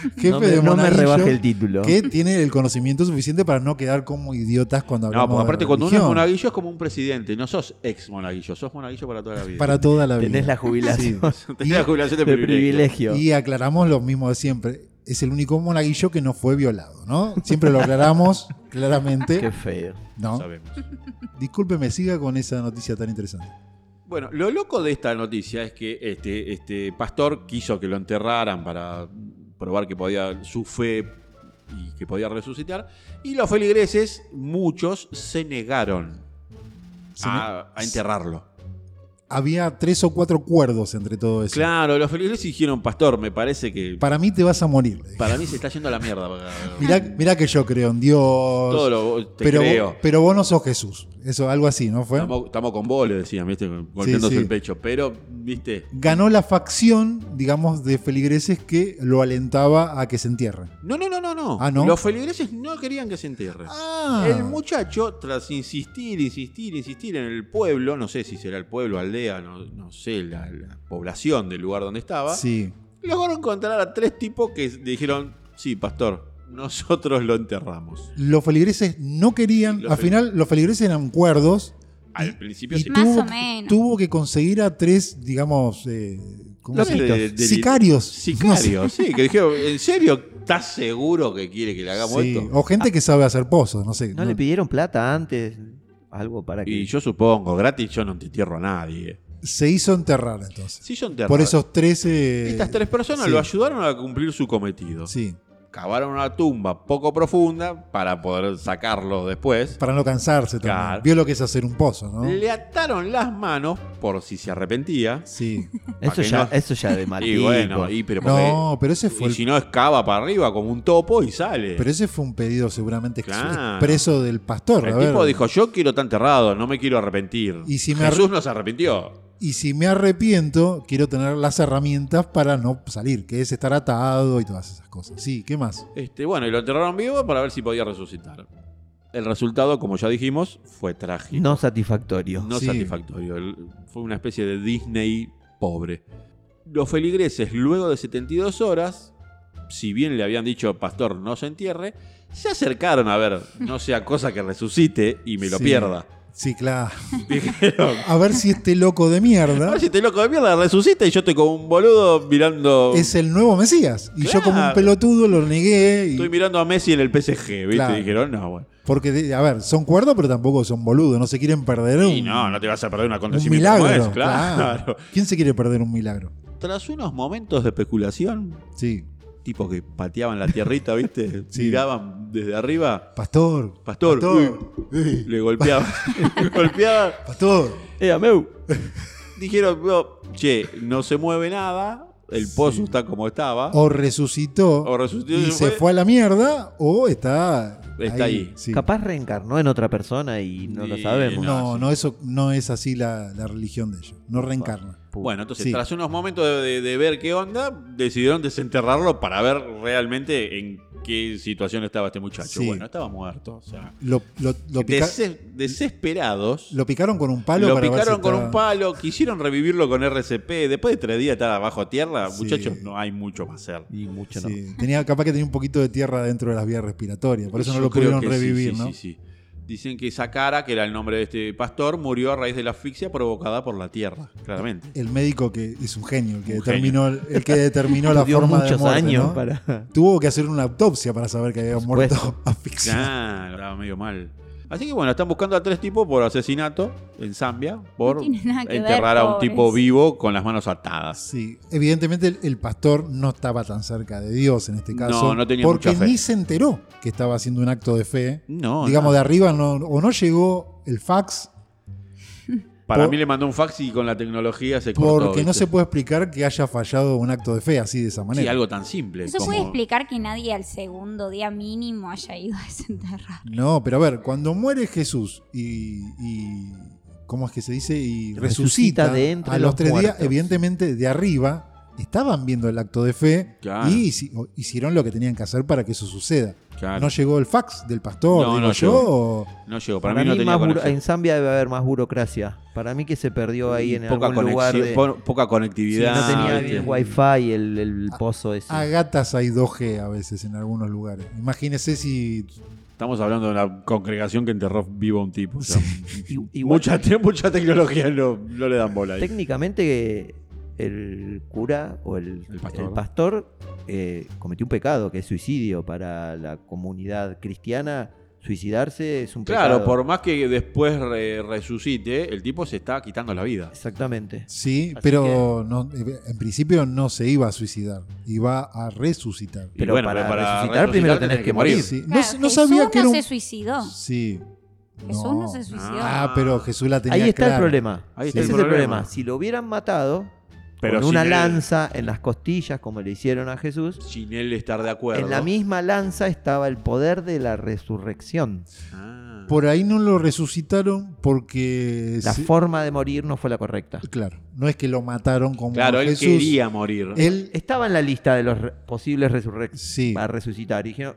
[SPEAKER 1] jefe
[SPEAKER 3] no me,
[SPEAKER 1] de
[SPEAKER 3] no me
[SPEAKER 1] monaguillo,
[SPEAKER 3] rebaje el título.
[SPEAKER 1] que tiene el conocimiento suficiente para no quedar como idiotas cuando
[SPEAKER 2] No,
[SPEAKER 1] hablamos.
[SPEAKER 2] porque
[SPEAKER 1] de
[SPEAKER 2] aparte cuando uno es
[SPEAKER 1] religión.
[SPEAKER 2] monaguillo es como un presidente, no sos ex monaguillo, sos monaguillo para toda la vida.
[SPEAKER 1] para toda la vida.
[SPEAKER 3] Tenés la jubilación
[SPEAKER 2] Tenés la jubilación de
[SPEAKER 3] de
[SPEAKER 2] privilegio.
[SPEAKER 3] privilegio.
[SPEAKER 1] Y aclaramos lo mismo de siempre. Es el único monaguillo que no fue violado, ¿no? Siempre lo aclaramos
[SPEAKER 3] Qué
[SPEAKER 1] claramente.
[SPEAKER 3] feo.
[SPEAKER 1] No.
[SPEAKER 2] Sabemos.
[SPEAKER 1] Discúlpeme, siga con esa noticia tan interesante.
[SPEAKER 2] Bueno, lo loco de esta noticia es que este, este pastor quiso que lo enterraran para probar que podía su fe y que podía resucitar. Y los feligreses, muchos, se negaron
[SPEAKER 1] Se me-
[SPEAKER 2] a, a enterrarlo.
[SPEAKER 1] Había tres o cuatro cuerdos entre todo eso.
[SPEAKER 2] Claro, los feligreses dijeron, pastor, me parece que
[SPEAKER 1] Para mí te vas a morir. le dije.
[SPEAKER 2] para mí se está yendo a la mierda.
[SPEAKER 1] Mirá, mirá que yo creo en Dios.
[SPEAKER 2] Todo lo te
[SPEAKER 1] pero, Vos,
[SPEAKER 2] creo.
[SPEAKER 1] pero vos no sos Jesús. Eso, algo así, ¿no fue?
[SPEAKER 2] Estamos, estamos con vos, le decían, ¿viste? Golpeándose
[SPEAKER 1] sí.
[SPEAKER 2] el pecho. Pero, ¿viste?
[SPEAKER 1] Ganó la facción, digamos, de feligreses que lo alentaba a que se entierre.
[SPEAKER 2] No, no, no, no, no.
[SPEAKER 1] Ah, ¿no?
[SPEAKER 2] Los feligreses no querían que se enterre.
[SPEAKER 1] Ah,
[SPEAKER 2] El muchacho, tras insistir, insistir, insistir en el pueblo, no sé si será el pueblo, aldea, no, no sé, la, la población del lugar donde estaba,
[SPEAKER 1] Sí.
[SPEAKER 2] lograron encontrar a tres tipos que dijeron, sí, pastor, nosotros lo enterramos.
[SPEAKER 1] Los feligreses no querían.
[SPEAKER 2] Los
[SPEAKER 1] al final, los feligreses eran cuerdos.
[SPEAKER 2] Al principio
[SPEAKER 1] Y
[SPEAKER 2] sí.
[SPEAKER 4] Más
[SPEAKER 1] tuvo,
[SPEAKER 4] o menos.
[SPEAKER 1] tuvo que conseguir a tres, digamos, eh, ¿cómo
[SPEAKER 2] No
[SPEAKER 1] se-
[SPEAKER 2] sé, de- de-
[SPEAKER 1] sicarios.
[SPEAKER 2] Sicarios, sí, que dijeron, ¿en serio estás seguro que quiere que le
[SPEAKER 1] No
[SPEAKER 2] hagamos
[SPEAKER 1] sé, sí,
[SPEAKER 2] esto?
[SPEAKER 1] O gente que sabe hacer pozos, no sé.
[SPEAKER 3] ¿No,
[SPEAKER 1] no-
[SPEAKER 3] le pidieron plata antes? Algo para que.
[SPEAKER 2] Y yo supongo, gratis yo no te entierro a nadie.
[SPEAKER 1] Se hizo enterrar entonces.
[SPEAKER 2] Sí, yo enterro.
[SPEAKER 1] Por esos 13.
[SPEAKER 2] Estas tres personas
[SPEAKER 1] sí.
[SPEAKER 2] lo ayudaron a cumplir su cometido.
[SPEAKER 1] Sí,
[SPEAKER 2] Cavaron una tumba poco profunda para poder sacarlo después.
[SPEAKER 1] para no cansarse también.
[SPEAKER 2] Claro.
[SPEAKER 1] Vio lo que es hacer un pozo, ¿no?
[SPEAKER 2] Le ataron las manos por si se arrepentía.
[SPEAKER 1] Sí.
[SPEAKER 3] eso,
[SPEAKER 2] ¿Para qué
[SPEAKER 3] ya,
[SPEAKER 2] no?
[SPEAKER 3] eso ya de mal
[SPEAKER 2] Y bueno, y pero porque-
[SPEAKER 1] No, pero ese
[SPEAKER 2] y
[SPEAKER 1] fue el-
[SPEAKER 2] si no excava para arriba como un topo y sale.
[SPEAKER 1] pero ese fue un pedido seguramente ex-
[SPEAKER 2] Claro.
[SPEAKER 1] expreso del pastor. a
[SPEAKER 2] el
[SPEAKER 1] ver.
[SPEAKER 2] tipo dijo, yo quiero estar enterrado, no me quiero arrepentir.
[SPEAKER 1] Y si me
[SPEAKER 2] Jesús no se arrepintió.
[SPEAKER 1] Y si me arrepiento, quiero tener las herramientas para no salir, que es estar atado y todas esas cosas. Sí, ¿qué más?
[SPEAKER 2] Este, bueno, y lo enterraron vivo para ver si podía resucitar. El resultado, como ya dijimos, fue trágico.
[SPEAKER 3] No satisfactorio.
[SPEAKER 2] No
[SPEAKER 1] Sí.
[SPEAKER 2] satisfactorio. El- Fue una especie de Disney pobre. Los feligreses, luego de 72 horas, si bien le habían dicho, pastor, no se entierre, se acercaron a ver, no sea cosa que resucite y me lo
[SPEAKER 1] Sí.
[SPEAKER 2] pierda.
[SPEAKER 1] Sí, claro.
[SPEAKER 2] Dijeron,
[SPEAKER 1] A ver si este loco de
[SPEAKER 2] a
[SPEAKER 1] mierda
[SPEAKER 2] ver si este loco de mierda resucita y yo estoy como un boludo mirando...
[SPEAKER 1] es el nuevo Mesías. Y yo como un
[SPEAKER 2] Claro.
[SPEAKER 1] pelotudo lo negué. y-
[SPEAKER 2] Estoy mirando a Messi en el PSG, ¿viste?
[SPEAKER 1] Claro.
[SPEAKER 2] Dijeron, no, bueno.
[SPEAKER 1] porque, de- a ver, son cuerdos, pero tampoco son boludos. No se quieren perder un,
[SPEAKER 2] Y no, no te vas a perder un
[SPEAKER 1] un
[SPEAKER 2] acontecimiento
[SPEAKER 1] milagro.
[SPEAKER 2] como es,
[SPEAKER 1] claro.
[SPEAKER 2] claro.
[SPEAKER 1] ¿Quién se quiere perder un milagro?
[SPEAKER 2] Tras unos momentos de especulación,
[SPEAKER 1] Sí.
[SPEAKER 2] tipos que pateaban la tierrita, ¿viste?
[SPEAKER 1] Sí.
[SPEAKER 2] Miraban desde arriba,
[SPEAKER 1] Pastor.
[SPEAKER 2] Pastor,
[SPEAKER 1] Pastor. eh,
[SPEAKER 2] le golpeaban, le golpeaban.
[SPEAKER 1] pastor.
[SPEAKER 3] Eh, Ameu.
[SPEAKER 2] Dijeron, "No, che, no se mueve nada, el pozo está como estaba.
[SPEAKER 1] O resucitó.
[SPEAKER 2] O resucitó
[SPEAKER 1] y se fue a la mierda. O está.
[SPEAKER 2] Está ahí.
[SPEAKER 1] sí.
[SPEAKER 3] Capaz reencarnó en otra persona y no lo
[SPEAKER 2] Y
[SPEAKER 3] sabemos.
[SPEAKER 1] No,
[SPEAKER 2] sí.
[SPEAKER 1] no, eso no es así la, la religión de ellos. No reencarna.
[SPEAKER 2] Bueno, entonces,
[SPEAKER 1] Sí.
[SPEAKER 2] tras unos momentos de, de- de ver qué onda, decidieron desenterrarlo para ver realmente en qué situación estaba este muchacho.
[SPEAKER 1] Sí.
[SPEAKER 2] Bueno, estaba muerto. o sea,
[SPEAKER 1] Lo, lo- lo pica-
[SPEAKER 2] dese- desesperados.
[SPEAKER 1] lo picaron con un palo Ah,
[SPEAKER 2] Lo
[SPEAKER 1] para ver si
[SPEAKER 2] picaron con
[SPEAKER 1] estaba-
[SPEAKER 2] un palo, quisieron revivirlo con RCP. Después de tres días estaba bajo tierra.
[SPEAKER 1] Sí.
[SPEAKER 2] Muchachos, no hay mucho más hacer.
[SPEAKER 3] Y mucho no.
[SPEAKER 1] Sí, tenía, capaz que tenía un poquito de tierra dentro de las vías respiratorias, por eso no
[SPEAKER 2] Yo
[SPEAKER 1] lo
[SPEAKER 2] creo
[SPEAKER 1] pudieron
[SPEAKER 2] que sí,
[SPEAKER 1] revivir,
[SPEAKER 2] sí,
[SPEAKER 1] ¿no?
[SPEAKER 2] sí, sí. Dicen que Sakara, que era el nombre de este pastor, murió a raíz de la asfixia provocada por la tierra, claramente.
[SPEAKER 1] El médico que es un genio, el que
[SPEAKER 2] Un
[SPEAKER 1] determinó, el que determinó la
[SPEAKER 3] Estudió
[SPEAKER 1] forma
[SPEAKER 3] muchos
[SPEAKER 1] de muerte,
[SPEAKER 3] años
[SPEAKER 1] ¿no?
[SPEAKER 3] para.
[SPEAKER 1] Tuvo que hacer una autopsia para saber que había muerto
[SPEAKER 3] supuesto.
[SPEAKER 1] asfixiado.
[SPEAKER 2] Claro, estaba medio mal. Así que bueno, están buscando a tres tipos por asesinato en Zambia, por
[SPEAKER 4] No tiene nada que ver,
[SPEAKER 2] enterrar a un
[SPEAKER 4] pobres.
[SPEAKER 2] tipo vivo con las manos atadas.
[SPEAKER 1] Sí, evidentemente el, el pastor no estaba tan cerca de Dios en este
[SPEAKER 2] No,
[SPEAKER 1] caso,
[SPEAKER 2] no tenía
[SPEAKER 1] porque
[SPEAKER 2] mucha fe.
[SPEAKER 1] ni se enteró que estaba haciendo un acto de fe.
[SPEAKER 2] No,
[SPEAKER 1] Digamos,
[SPEAKER 2] no.
[SPEAKER 1] de arriba no, o no llegó el fax,
[SPEAKER 2] para
[SPEAKER 1] por-
[SPEAKER 2] mí le mandó un fax y con la tecnología se cortó.
[SPEAKER 1] porque no
[SPEAKER 2] ¿viste?
[SPEAKER 1] se puede explicar que haya fallado un acto de fe así de esa
[SPEAKER 2] Sí,
[SPEAKER 1] manera.
[SPEAKER 2] algo tan simple.
[SPEAKER 4] No se
[SPEAKER 2] como-
[SPEAKER 4] puede explicar que nadie al segundo día mínimo haya ido a desenterrar.
[SPEAKER 1] No, pero a ver, cuando muere Jesús y, y- ¿cómo es que se dice? Y
[SPEAKER 3] Resucita
[SPEAKER 1] resucita,
[SPEAKER 3] de entre
[SPEAKER 1] a los,
[SPEAKER 3] los
[SPEAKER 1] tres días,
[SPEAKER 3] muertos.
[SPEAKER 1] evidentemente de arriba estaban viendo el acto de fe
[SPEAKER 2] Claro.
[SPEAKER 1] y hici- o- hicieron lo que tenían que hacer para que eso suceda.
[SPEAKER 2] Claro,
[SPEAKER 1] No llegó el fax del pastor,
[SPEAKER 2] No,
[SPEAKER 1] digo
[SPEAKER 2] no
[SPEAKER 1] yo. o-
[SPEAKER 2] no llegó. Para,
[SPEAKER 3] Para, mí,
[SPEAKER 2] mí, no tenía
[SPEAKER 3] más buro-
[SPEAKER 2] conexión.
[SPEAKER 3] en Zambia debe haber más burocracia. Para mí que se perdió ahí en
[SPEAKER 2] poca,
[SPEAKER 3] algún lugar.
[SPEAKER 2] conexión,
[SPEAKER 3] de-
[SPEAKER 2] po- poca
[SPEAKER 3] Sí,
[SPEAKER 2] conectividad.
[SPEAKER 3] no tenía
[SPEAKER 2] ¿viste?
[SPEAKER 3] bien wifi el, el
[SPEAKER 1] Ah,
[SPEAKER 3] pozo ese.
[SPEAKER 1] A gatas hay 2G a veces en algunos lugares. Imagínese si.
[SPEAKER 2] Estamos hablando de una congregación que enterró vivo a un tipo. o sea,
[SPEAKER 3] I- igual-
[SPEAKER 2] mucha, te- mucha tecnología no, no le dan bola ahí.
[SPEAKER 3] Técnicamente el cura o el,
[SPEAKER 2] El pastor.
[SPEAKER 3] el pastor, eh, cometió un pecado, que es suicidio para la comunidad cristiana. Suicidarse es un
[SPEAKER 2] Claro,
[SPEAKER 3] pecado.
[SPEAKER 2] por más que después re- resucite, el tipo se está quitando la vida.
[SPEAKER 3] Exactamente.
[SPEAKER 1] Sí,
[SPEAKER 3] Así
[SPEAKER 1] pero no- eh, en principio no se iba a suicidar, iba a resucitar.
[SPEAKER 2] Y
[SPEAKER 3] Pero para resucitar primero tenés
[SPEAKER 2] tenés
[SPEAKER 3] que morir.
[SPEAKER 1] Sí, no,
[SPEAKER 4] Claro,
[SPEAKER 1] s- no
[SPEAKER 4] Jesús
[SPEAKER 1] sabía que
[SPEAKER 4] no
[SPEAKER 1] era un.
[SPEAKER 4] se suicidó.
[SPEAKER 1] Sí.
[SPEAKER 4] Jesús no se suicidó.
[SPEAKER 1] Ah, pero Jesús la tenía
[SPEAKER 3] Ahí está
[SPEAKER 1] clara.
[SPEAKER 3] el problema.
[SPEAKER 2] Ahí
[SPEAKER 1] está
[SPEAKER 3] Ese
[SPEAKER 1] el
[SPEAKER 3] es el
[SPEAKER 2] problema.
[SPEAKER 3] problema. Si lo hubieran matado
[SPEAKER 2] Pero
[SPEAKER 3] con una
[SPEAKER 2] sin él-
[SPEAKER 3] lanza en las costillas, como le hicieron a Jesús,
[SPEAKER 2] Sin él estar de acuerdo.
[SPEAKER 3] en la misma lanza estaba el poder de la resurrección.
[SPEAKER 2] Ah.
[SPEAKER 1] Por ahí no lo resucitaron porque.
[SPEAKER 3] La
[SPEAKER 1] se-
[SPEAKER 3] forma de morir no fue la correcta.
[SPEAKER 1] claro, no es que lo mataron como
[SPEAKER 2] Claro, él
[SPEAKER 1] Jesús.
[SPEAKER 2] quería morir.
[SPEAKER 3] Eh.
[SPEAKER 1] Él-
[SPEAKER 3] Estaba en la lista de los re- posibles resurrectos.
[SPEAKER 1] sí,
[SPEAKER 3] para resucitar. Y dijeron,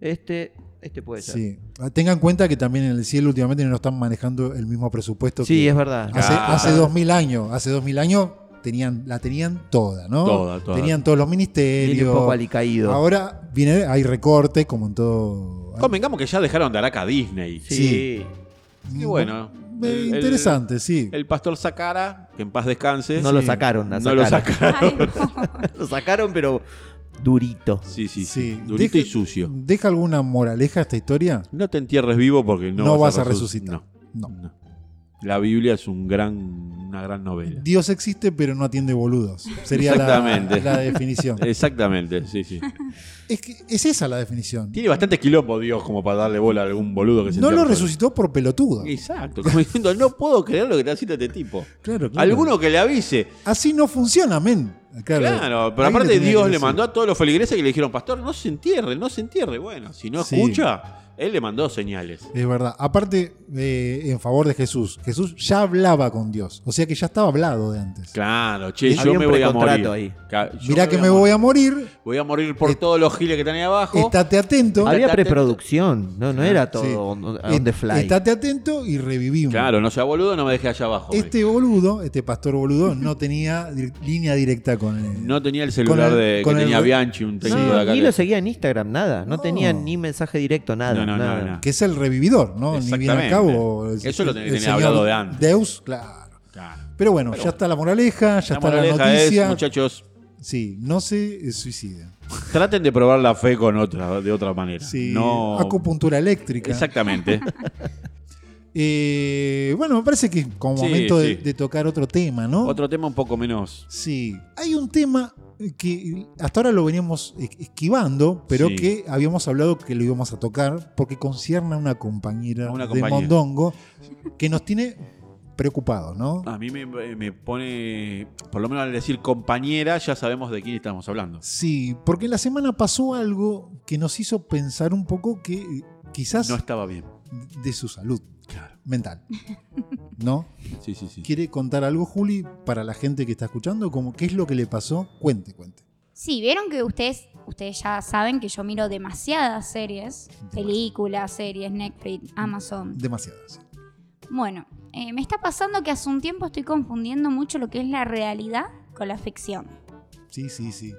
[SPEAKER 3] este, este puede ser. Sí,
[SPEAKER 1] sí. Ah, Tengan en cuenta que también en el cielo últimamente no están manejando el mismo presupuesto que
[SPEAKER 3] es verdad.
[SPEAKER 1] hace,
[SPEAKER 2] Claro.
[SPEAKER 1] hace 2000 años. Hace 2000 años tenían, la tenían toda, ¿no?
[SPEAKER 2] Toda, toda.
[SPEAKER 1] Tenían todos los
[SPEAKER 3] Viene un poco
[SPEAKER 1] ministerios.
[SPEAKER 3] alicaído.
[SPEAKER 1] Ahora viene, hay recortes como en todo.
[SPEAKER 2] Convengamos que ya dejaron de araca a Disney.
[SPEAKER 3] sí.
[SPEAKER 1] sí.
[SPEAKER 2] Y bueno.
[SPEAKER 1] Eh,
[SPEAKER 2] el- el-
[SPEAKER 1] interesante, sí.
[SPEAKER 2] El pastor Sakara, que en paz descanse.
[SPEAKER 3] No
[SPEAKER 1] Sí.
[SPEAKER 3] lo sacaron, la
[SPEAKER 2] No lo
[SPEAKER 3] sacaron.
[SPEAKER 2] sacaron.
[SPEAKER 4] Ay, no.
[SPEAKER 3] Lo sacaron, pero durito.
[SPEAKER 2] Sí, sí,
[SPEAKER 1] Sí.
[SPEAKER 2] sí. Durito
[SPEAKER 1] Deja-
[SPEAKER 2] y sucio.
[SPEAKER 1] ¿Deja alguna moraleja esta historia?
[SPEAKER 2] No te entierres vivo porque no,
[SPEAKER 1] No, vas a
[SPEAKER 2] resuc-
[SPEAKER 1] resucitar.
[SPEAKER 2] No,
[SPEAKER 1] No.
[SPEAKER 2] no. La Biblia es un gran, una gran novela.
[SPEAKER 1] Dios existe, pero no atiende boludos. Sería la,
[SPEAKER 2] Exactamente.
[SPEAKER 1] la definición.
[SPEAKER 2] Exactamente, sí, sí.
[SPEAKER 1] Es, que es esa la definición.
[SPEAKER 2] Tiene bastante quilombo Dios como para darle bola a algún boludo que se
[SPEAKER 1] No lo
[SPEAKER 2] entierra.
[SPEAKER 1] resucitó por pelotudo.
[SPEAKER 2] Exacto, como diciendo, no puedo creer lo que está haciendo este tipo.
[SPEAKER 1] Claro, claro.
[SPEAKER 2] Alguno que le avise.
[SPEAKER 1] Así no funciona, men. Claro,
[SPEAKER 2] Claro, pero
[SPEAKER 1] Ahí le
[SPEAKER 2] aparte
[SPEAKER 1] tenía que
[SPEAKER 2] Dios le
[SPEAKER 1] decir.
[SPEAKER 2] mandó a todos los feligreses que le dijeron, pastor, no se entierre, no se entierre. Bueno, si no
[SPEAKER 1] Sí.
[SPEAKER 2] escucha, él le mandó señales.
[SPEAKER 1] Es verdad. Aparte, eh, en favor de Jesús. Jesús ya hablaba con Dios. O sea que ya estaba hablado de antes.
[SPEAKER 2] Claro, che,
[SPEAKER 3] Había
[SPEAKER 2] yo
[SPEAKER 3] un
[SPEAKER 2] me voy a
[SPEAKER 3] precontrato
[SPEAKER 2] morir.
[SPEAKER 3] ahí.
[SPEAKER 2] Ca- yo
[SPEAKER 1] Mirá que me voy a morir.
[SPEAKER 2] morir. Voy a morir por
[SPEAKER 1] Est-
[SPEAKER 2] todos los giles que están ahí abajo.
[SPEAKER 1] Estate atento.
[SPEAKER 3] Había
[SPEAKER 2] Estate
[SPEAKER 3] preproducción, no, no era todo
[SPEAKER 1] Ah, Sí.
[SPEAKER 3] on, on the fly.
[SPEAKER 1] Estate atento y revivimos.
[SPEAKER 2] Claro, no sea boludo, no me deje allá abajo. me
[SPEAKER 1] Este boludo, este pastor boludo, no tenía dir- línea directa con él.
[SPEAKER 2] No tenía el celular
[SPEAKER 1] Con el-
[SPEAKER 2] de, que
[SPEAKER 1] con el-
[SPEAKER 2] tenía Bianchi, un técnico
[SPEAKER 3] No,
[SPEAKER 2] de acá.
[SPEAKER 3] ni
[SPEAKER 2] que-
[SPEAKER 3] lo seguía en Instagram, nada. No,
[SPEAKER 1] No.
[SPEAKER 3] tenía ni mensaje directo, nada.
[SPEAKER 2] No, no, no,
[SPEAKER 3] nada.
[SPEAKER 2] no.
[SPEAKER 1] Que es el revividor, ¿no? Ni bien a
[SPEAKER 2] Exactamente.
[SPEAKER 1] cabo. el-
[SPEAKER 2] Eso lo tenía que
[SPEAKER 1] el
[SPEAKER 2] tener
[SPEAKER 1] señor
[SPEAKER 2] hablado de antes.
[SPEAKER 1] Deus, claro.
[SPEAKER 2] Claro.
[SPEAKER 1] Pero bueno, ya está la moraleja, ya está la noticia.
[SPEAKER 2] es, muchachos,
[SPEAKER 1] Sí, no se eh, suiciden.
[SPEAKER 2] traten de probar la fe con otra, de otra manera.
[SPEAKER 1] Sí,
[SPEAKER 2] no,
[SPEAKER 1] acupuntura eléctrica.
[SPEAKER 2] Exactamente.
[SPEAKER 1] Eh, bueno, me parece que es como
[SPEAKER 2] Sí,
[SPEAKER 1] momento de,
[SPEAKER 2] sí.
[SPEAKER 1] de tocar otro tema, ¿no?
[SPEAKER 2] Otro tema un poco menos.
[SPEAKER 1] Sí, hay un tema que hasta ahora lo veníamos e- esquivando, pero
[SPEAKER 2] Sí.
[SPEAKER 1] que habíamos hablado que lo íbamos a tocar porque concierne a una compañera
[SPEAKER 2] A una
[SPEAKER 1] de
[SPEAKER 2] compañera.
[SPEAKER 1] Mondongo que nos tiene preocupados, ¿no?
[SPEAKER 2] A mí me, me pone, por lo menos al decir compañera, ya sabemos de quién estamos hablando.
[SPEAKER 1] Sí, porque la semana pasó algo que nos hizo pensar un poco que eh, quizás
[SPEAKER 2] No estaba bien.
[SPEAKER 1] de su salud
[SPEAKER 2] Claro.
[SPEAKER 1] mental, ¿no?
[SPEAKER 2] Sí, sí, sí.
[SPEAKER 1] ¿Quiere contar algo, Juli, para la gente que está escuchando? Como, ¿Qué es lo que le pasó? Cuente, cuente.
[SPEAKER 4] Sí, vieron que ustedes ustedes ya saben que yo miro demasiadas series, películas, series, Netflix, Amazon.
[SPEAKER 1] Demasiadas.
[SPEAKER 4] Bueno, eh, me está pasando que hace un tiempo estoy confundiendo mucho lo que es la realidad con la ficción.
[SPEAKER 1] Sí, sí, sí.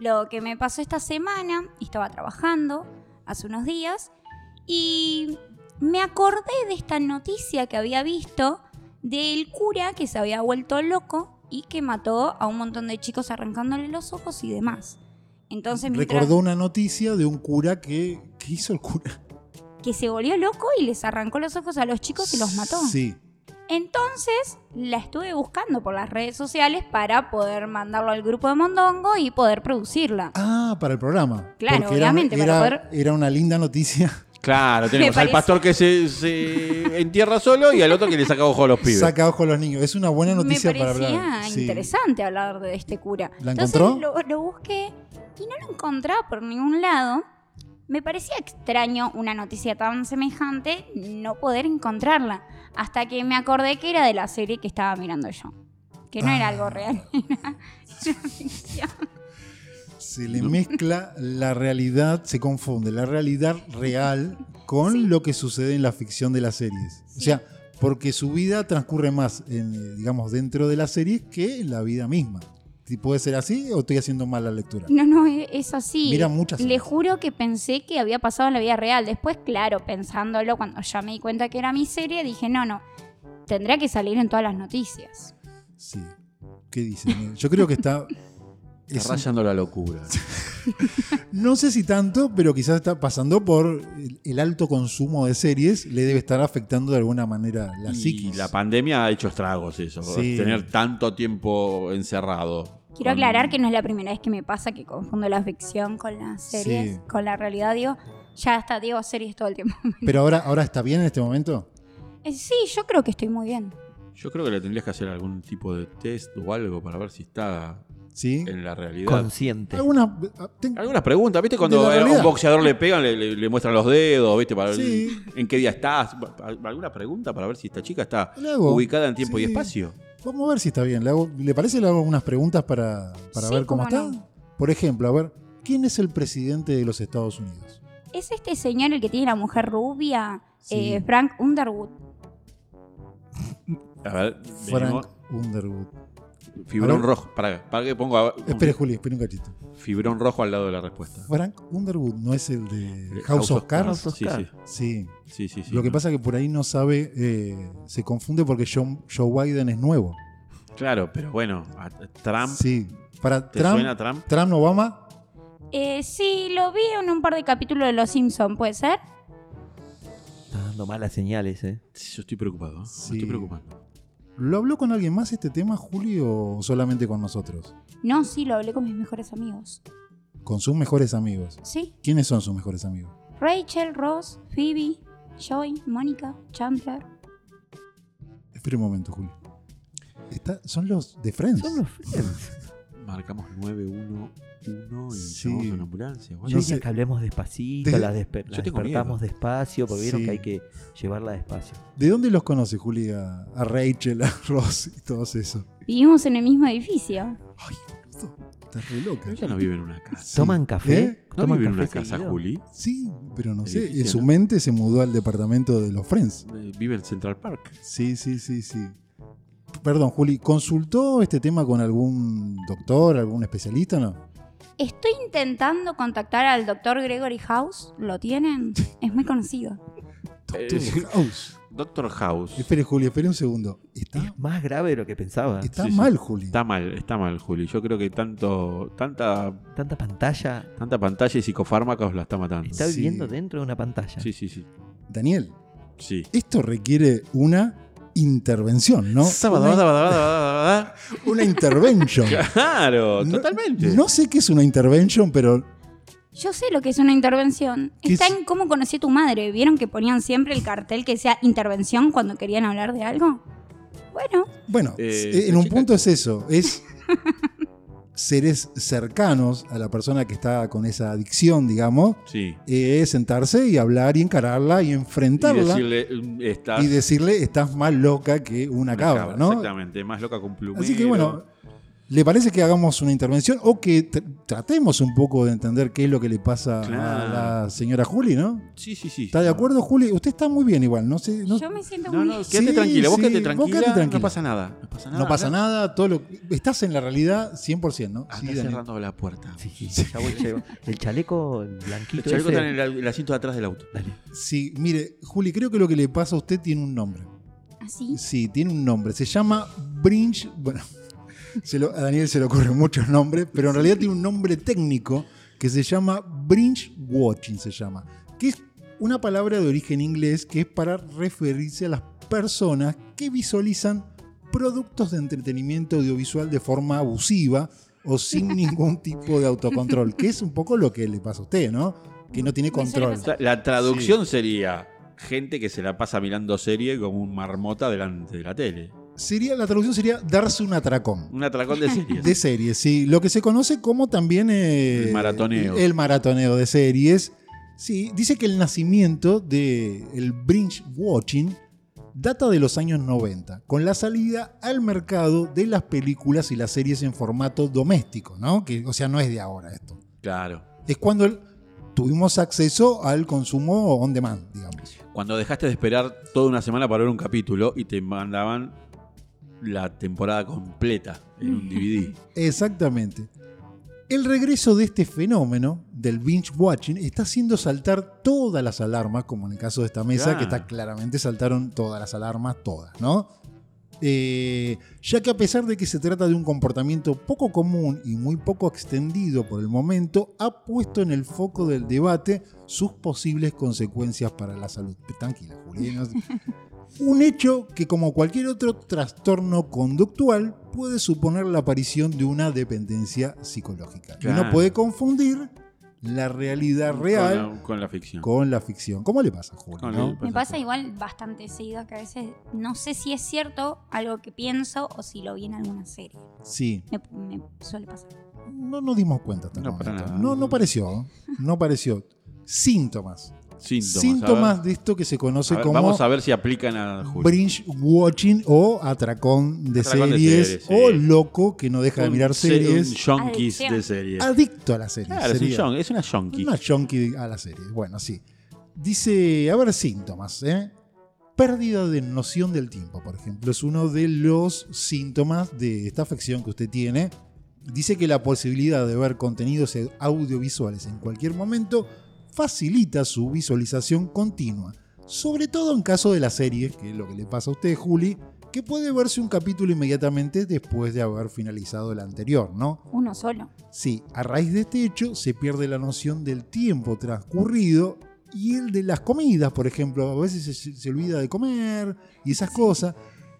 [SPEAKER 4] Lo que me pasó esta semana, estaba trabajando hace unos días y me acordé de esta noticia que había visto del cura que se había vuelto loco y que mató a un montón de chicos arrancándole los ojos y demás. Entonces, mientras
[SPEAKER 1] Recordó una noticia de un cura que. ¿Qué hizo el cura?
[SPEAKER 4] que se volvió loco y les arrancó los ojos a los chicos y los mató.
[SPEAKER 1] Sí.
[SPEAKER 4] Entonces la estuve buscando por las redes sociales para poder mandarlo al grupo de Mondongo y poder producirla.
[SPEAKER 1] Ah, para el programa.
[SPEAKER 4] Claro,
[SPEAKER 1] Porque era-
[SPEAKER 4] obviamente,
[SPEAKER 1] Era,
[SPEAKER 4] para poder-
[SPEAKER 1] era una linda noticia.
[SPEAKER 2] Claro, tenemos
[SPEAKER 4] Me
[SPEAKER 2] al
[SPEAKER 4] parece-
[SPEAKER 2] pastor que se, se entierra solo y al otro que le saca ojo a los pibes.
[SPEAKER 1] Saca ojo a los niños. Es una buena
[SPEAKER 4] Me
[SPEAKER 1] noticia
[SPEAKER 4] parecía
[SPEAKER 1] para hablar. Sí.
[SPEAKER 4] interesante hablar de este cura.
[SPEAKER 1] ¿La
[SPEAKER 4] Entonces
[SPEAKER 1] encontró?
[SPEAKER 4] lo, lo busqué y no lo encontraba por ningún lado. Me parecía extraño una noticia tan semejante no poder encontrarla. Hasta que me acordé que era de la serie que estaba mirando yo. Que no era
[SPEAKER 1] Ah.
[SPEAKER 4] algo real, era una ficción.
[SPEAKER 1] Se le mezcla la realidad, se confunde la realidad real con
[SPEAKER 4] Sí.
[SPEAKER 1] lo que sucede en la ficción de las series. O
[SPEAKER 4] Sí.
[SPEAKER 1] sea, porque su vida transcurre más, en, eh, digamos, dentro de las series que en la vida misma. Si ¿Puede ser así o estoy haciendo mal la lectura?
[SPEAKER 4] No, no, e- es así.
[SPEAKER 1] Mira muchas
[SPEAKER 4] Le
[SPEAKER 1] series.
[SPEAKER 4] juro que pensé que había pasado en la vida real. Después, claro, pensándolo, cuando ya me di cuenta que era mi serie, dije, no, no, tendrá que salir en todas las noticias.
[SPEAKER 1] Sí. ¿Qué dicen? Yo creo que está... es
[SPEAKER 2] Está
[SPEAKER 1] un-
[SPEAKER 2] rayando la locura.
[SPEAKER 1] No sé si tanto, pero quizás está pasando por el, el alto consumo de series, le debe estar afectando de alguna manera la
[SPEAKER 2] y
[SPEAKER 1] psiquis.
[SPEAKER 2] la pandemia ha hecho estragos eso,
[SPEAKER 1] Sí.
[SPEAKER 2] tener tanto tiempo encerrado. Mm.
[SPEAKER 4] Quiero aclarar que no es la primera vez que me pasa que confundo la ficción con las series,
[SPEAKER 1] Sí.
[SPEAKER 4] con la realidad, digo, ya hasta digo series todo el tiempo.
[SPEAKER 1] pero ahora, ahora está bien en este momento.
[SPEAKER 4] Eh, sí, yo creo que estoy muy bien.
[SPEAKER 2] Yo creo que le tendrías que hacer algún tipo de test o algo para ver si está
[SPEAKER 1] ¿Sí?
[SPEAKER 2] en la realidad.
[SPEAKER 3] Consciente.
[SPEAKER 1] Alguna, ah, ten-
[SPEAKER 2] Algunas preguntas, ¿viste? Cuando
[SPEAKER 1] la
[SPEAKER 2] a
[SPEAKER 1] realidad.
[SPEAKER 2] un boxeador le pegan, le, le- le muestran los dedos, ¿viste? Para ver
[SPEAKER 1] Sí.
[SPEAKER 2] en qué día estás. ¿Alguna pregunta para ver si esta chica está
[SPEAKER 1] Le hago.
[SPEAKER 2] ubicada en tiempo y
[SPEAKER 1] Sí.
[SPEAKER 2] espacio?
[SPEAKER 1] Vamos a ver si está bien. Le, hago- ¿le parece? Le hago unas preguntas para, para
[SPEAKER 4] Sí,
[SPEAKER 1] ver cómo,
[SPEAKER 4] cómo
[SPEAKER 1] está.
[SPEAKER 4] no.
[SPEAKER 1] Por ejemplo, a ver, ¿quién es el presidente de los Estados Unidos?
[SPEAKER 4] ¿Es este señor el que tiene la mujer rubia?
[SPEAKER 1] Sí.
[SPEAKER 4] Eh, Frank Underwood.
[SPEAKER 2] A ver,
[SPEAKER 1] Frank
[SPEAKER 2] venimos.
[SPEAKER 1] Underwood.
[SPEAKER 2] Fibrón
[SPEAKER 1] Ahora-
[SPEAKER 2] rojo. Para, para que ponga un
[SPEAKER 1] Espere, Juli, espere un cachito.
[SPEAKER 2] fibrón rojo al lado de la respuesta.
[SPEAKER 1] Frank Underwood no es el de
[SPEAKER 2] Eh,
[SPEAKER 1] House of Cards.
[SPEAKER 3] House of
[SPEAKER 2] Sí, sí.
[SPEAKER 3] Cards.
[SPEAKER 1] Sí.
[SPEAKER 2] sí, sí, sí.
[SPEAKER 1] Lo que pasa es que por ahí no sabe, eh, se confunde porque John- Joe Biden es nuevo.
[SPEAKER 2] Claro, pero bueno, a- a Trump.
[SPEAKER 1] Sí. Para
[SPEAKER 2] ¿Te
[SPEAKER 1] Trump,
[SPEAKER 2] suena Trump?
[SPEAKER 1] Trump Obama,
[SPEAKER 4] Eh, sí, lo vi en un par de capítulos de Los Simpson, ¿puede ser?
[SPEAKER 3] Está dando malas señales, eh.
[SPEAKER 2] Yo estoy preocupado. me
[SPEAKER 1] Sí.
[SPEAKER 2] Estoy preocupado.
[SPEAKER 1] ¿lo habló con alguien más este tema, Juli, o solamente con nosotros?
[SPEAKER 4] No, sí, lo hablé con mis mejores amigos.
[SPEAKER 1] Con sus mejores amigos.
[SPEAKER 4] Sí.
[SPEAKER 1] ¿Quiénes son sus mejores amigos?
[SPEAKER 4] Rachel, Ross, Phoebe, Joy, Mónica, Chandler.
[SPEAKER 1] Espera un momento, Juli. Está- son los de Friends.
[SPEAKER 3] Son los friends.
[SPEAKER 2] Marcamos 911 y
[SPEAKER 1] Sí.
[SPEAKER 2] llamamos a una ambulancia.
[SPEAKER 1] No
[SPEAKER 3] Yo
[SPEAKER 1] sé.
[SPEAKER 3] dije que hablemos despacito,
[SPEAKER 1] Desde-
[SPEAKER 3] la, desper- la
[SPEAKER 2] Yo tengo
[SPEAKER 3] despertamos despacio, porque vieron
[SPEAKER 1] Sí.
[SPEAKER 3] que hay que llevarla despacio.
[SPEAKER 1] ¿De dónde los conoce, Juli? A, a Rachel, a Ross y todos eso.
[SPEAKER 4] Vivimos en el mismo edificio.
[SPEAKER 1] Ay, boludo. Estás re loca.
[SPEAKER 2] Ella no vive en una casa.
[SPEAKER 1] Sí.
[SPEAKER 3] ¿Toman café?
[SPEAKER 1] ¿Eh?
[SPEAKER 2] ¿No
[SPEAKER 3] ¿Toman
[SPEAKER 2] vive en una
[SPEAKER 3] café
[SPEAKER 2] casa,
[SPEAKER 3] seguido?
[SPEAKER 2] Juli?
[SPEAKER 1] Sí, pero no
[SPEAKER 2] El
[SPEAKER 1] sé. En
[SPEAKER 2] edificio,
[SPEAKER 1] su
[SPEAKER 2] ¿no?
[SPEAKER 1] mente se mudó al departamento de los Friends.
[SPEAKER 2] Eh, Vive en Central Park.
[SPEAKER 1] Sí, sí, sí, sí. Perdón, Juli, ¿consultó este tema con algún doctor, algún especialista no?
[SPEAKER 4] Estoy intentando contactar al doctor Gregory House. ¿Lo tienen? Es muy conocido.
[SPEAKER 1] Doctor
[SPEAKER 2] Eh,
[SPEAKER 1] House.
[SPEAKER 2] Doctor House.
[SPEAKER 1] Espere, Juli, espere un segundo. Está,
[SPEAKER 3] Es más grave de lo que pensaba.
[SPEAKER 1] está
[SPEAKER 2] Ah, sí, sí.
[SPEAKER 1] mal, Juli.
[SPEAKER 2] Está mal, está mal, Juli. Yo creo que tanto, tanta,
[SPEAKER 3] Tanta pantalla.
[SPEAKER 2] tanta pantalla y psicofármacos la está matando.
[SPEAKER 3] Está
[SPEAKER 1] Sí.
[SPEAKER 3] viviendo dentro de una pantalla.
[SPEAKER 2] Sí, sí, sí.
[SPEAKER 1] Daniel,
[SPEAKER 2] Sí.
[SPEAKER 1] esto requiere una intervención, ¿no?
[SPEAKER 2] Sábado,
[SPEAKER 1] una,
[SPEAKER 2] sábado, sábado, sábado, sábado.
[SPEAKER 1] una intervention.
[SPEAKER 2] Claro,
[SPEAKER 1] No-
[SPEAKER 2] totalmente.
[SPEAKER 1] No sé qué es una intervention, pero
[SPEAKER 4] Yo sé lo que es una intervención.
[SPEAKER 1] ¿Qué
[SPEAKER 4] Está
[SPEAKER 1] es?
[SPEAKER 4] en cómo conocí a tu madre. ¿Vieron que ponían siempre el cartel que decía intervención cuando querían hablar de algo? Bueno,
[SPEAKER 1] bueno,
[SPEAKER 2] Eh,
[SPEAKER 1] en un
[SPEAKER 2] chica-
[SPEAKER 1] punto es eso, es seres cercanos a la persona que está con esa adicción, digamos,
[SPEAKER 2] Sí.
[SPEAKER 1] eh, sentarse y hablar y encararla y
[SPEAKER 2] Y
[SPEAKER 1] enfrentarla.
[SPEAKER 2] decirle, mm, estás
[SPEAKER 1] y decirle estás más loca que una,
[SPEAKER 2] una
[SPEAKER 1] cabra,
[SPEAKER 2] cabra,
[SPEAKER 1] ¿no?
[SPEAKER 2] Exactamente, más loca con plumero.
[SPEAKER 1] Así que bueno, ¿Le parece que hagamos una intervención o que tr- tratemos un poco de entender qué es lo que le pasa a
[SPEAKER 2] Claro.
[SPEAKER 1] la señora Juli, ¿no?
[SPEAKER 2] Sí, sí, sí.
[SPEAKER 1] ¿Está de acuerdo, Juli? Usted está muy bien igual, no sé. No,
[SPEAKER 4] Yo me siento
[SPEAKER 2] No,
[SPEAKER 4] muy
[SPEAKER 2] no,
[SPEAKER 4] bien.
[SPEAKER 2] quédate
[SPEAKER 1] Sí,
[SPEAKER 2] tranquila, vos
[SPEAKER 1] sí,
[SPEAKER 2] quédate
[SPEAKER 1] vos
[SPEAKER 2] tranquila,
[SPEAKER 1] quédate tranquila.
[SPEAKER 2] No pasa nada. No pasa nada.
[SPEAKER 1] no pasa
[SPEAKER 2] acá-
[SPEAKER 1] nada, todo lo estás en la realidad 100%, ¿no?
[SPEAKER 2] acá
[SPEAKER 1] Sí,
[SPEAKER 2] está
[SPEAKER 1] Daniel.
[SPEAKER 2] cerrando la puerta.
[SPEAKER 3] Sí, sí, ya voy, ya voy. El chaleco el blanquito.
[SPEAKER 2] El chaleco
[SPEAKER 3] ese-
[SPEAKER 2] está en el, el asiento de atrás del auto.
[SPEAKER 1] Sí, mire, Juli, creo que lo que le pasa a usted tiene un nombre.
[SPEAKER 4] Así.
[SPEAKER 1] Sí, tiene un nombre. Se llama Brinch. Bueno, se lo- a Daniel se le ocurren muchos nombres, pero en realidad tiene un nombre técnico que se llama Brinch Watching, se llama. Que es una palabra de origen inglés que es para referirse a las personas que visualizan productos de entretenimiento audiovisual de forma abusiva o sin ningún tipo de autocontrol, que es un poco lo que le pasa a usted, ¿no? Que no tiene
[SPEAKER 4] Me suele
[SPEAKER 1] control.
[SPEAKER 4] pasar.
[SPEAKER 2] La traducción sería gente que se la pasa mirando serie como un marmota delante de la tele.
[SPEAKER 1] Sería, la traducción sería darse un atracón.
[SPEAKER 2] Un atracón de series.
[SPEAKER 1] De series, sí. Lo que se conoce como también. eh,
[SPEAKER 2] El maratoneo.
[SPEAKER 1] El maratoneo de series. Sí, dice que el nacimiento de el binge watching data de los años 90, con la salida al mercado de las películas y las series en formato doméstico, ¿no? Que, o sea, no es de ahora esto.
[SPEAKER 2] Claro.
[SPEAKER 1] Es cuando el- tuvimos acceso al consumo on demand, digamos.
[SPEAKER 2] Cuando dejaste de esperar toda una semana para ver un capítulo y te mandaban la temporada completa en un DVD.
[SPEAKER 1] Exactamente. El regreso de este fenómeno del binge watching está haciendo saltar todas las alarmas, como en el caso de esta mesa,
[SPEAKER 2] Claro.
[SPEAKER 1] que está claramente saltaron todas las alarmas, todas, ¿no? Eh, ya que a pesar de que se trata de un comportamiento poco común y muy poco extendido por el momento, ha puesto en el foco del debate sus posibles consecuencias para la salud. Tranquila, Juli. no- un hecho que, como cualquier otro trastorno conductual, puede suponer la aparición de una dependencia psicológica. Y Uno
[SPEAKER 2] Claro.
[SPEAKER 1] puede confundir la realidad real
[SPEAKER 2] Con la, con la ficción.
[SPEAKER 1] con la ficción. ¿Cómo le pasa, Juli?
[SPEAKER 2] Con
[SPEAKER 1] no?
[SPEAKER 2] el-
[SPEAKER 4] Me pasa igual bastante seguido que a veces no sé si es cierto algo que pienso o si lo vi en alguna serie.
[SPEAKER 1] Sí,
[SPEAKER 4] Me, me suele pasar.
[SPEAKER 1] no nos dimos cuenta hasta el
[SPEAKER 2] No, para
[SPEAKER 1] momento.
[SPEAKER 2] nada.
[SPEAKER 1] No, no pareció, ¿eh? no pareció. Síntomas.
[SPEAKER 2] Síntomas.
[SPEAKER 1] Síntomas,
[SPEAKER 2] a ver.
[SPEAKER 1] de esto que se conoce
[SPEAKER 2] A ver,
[SPEAKER 1] como
[SPEAKER 2] Vamos a ver si aplican a Julio.
[SPEAKER 1] binge watching o atracón de
[SPEAKER 2] Atracón de
[SPEAKER 1] series,
[SPEAKER 2] series,
[SPEAKER 1] o
[SPEAKER 2] sí.
[SPEAKER 1] loco que no deja de
[SPEAKER 2] Un
[SPEAKER 1] mirar
[SPEAKER 2] se-
[SPEAKER 1] series.
[SPEAKER 2] Un junkies
[SPEAKER 4] Adicción.
[SPEAKER 2] de series.
[SPEAKER 1] Adicto a las series.
[SPEAKER 2] Claro, es, un
[SPEAKER 1] sería.
[SPEAKER 2] yonk- es una junkie.
[SPEAKER 1] Una chonky a la serie. Bueno, sí. Dice, a ver, síntomas. ¿eh? Pérdida de noción del tiempo, por ejemplo, es uno de los síntomas de esta afección que usted tiene. Dice que la posibilidad de ver contenidos audiovisuales en cualquier momento facilita su visualización continua. Sobre todo en caso de las series, que es lo que le pasa a usted, Juli, que puede verse un capítulo inmediatamente después de haber finalizado el anterior, ¿no?
[SPEAKER 4] Uno solo.
[SPEAKER 1] Sí, a raíz de este hecho se pierde la noción del tiempo transcurrido y el de las comidas, por ejemplo. A veces se, se olvida de comer y esas cosas.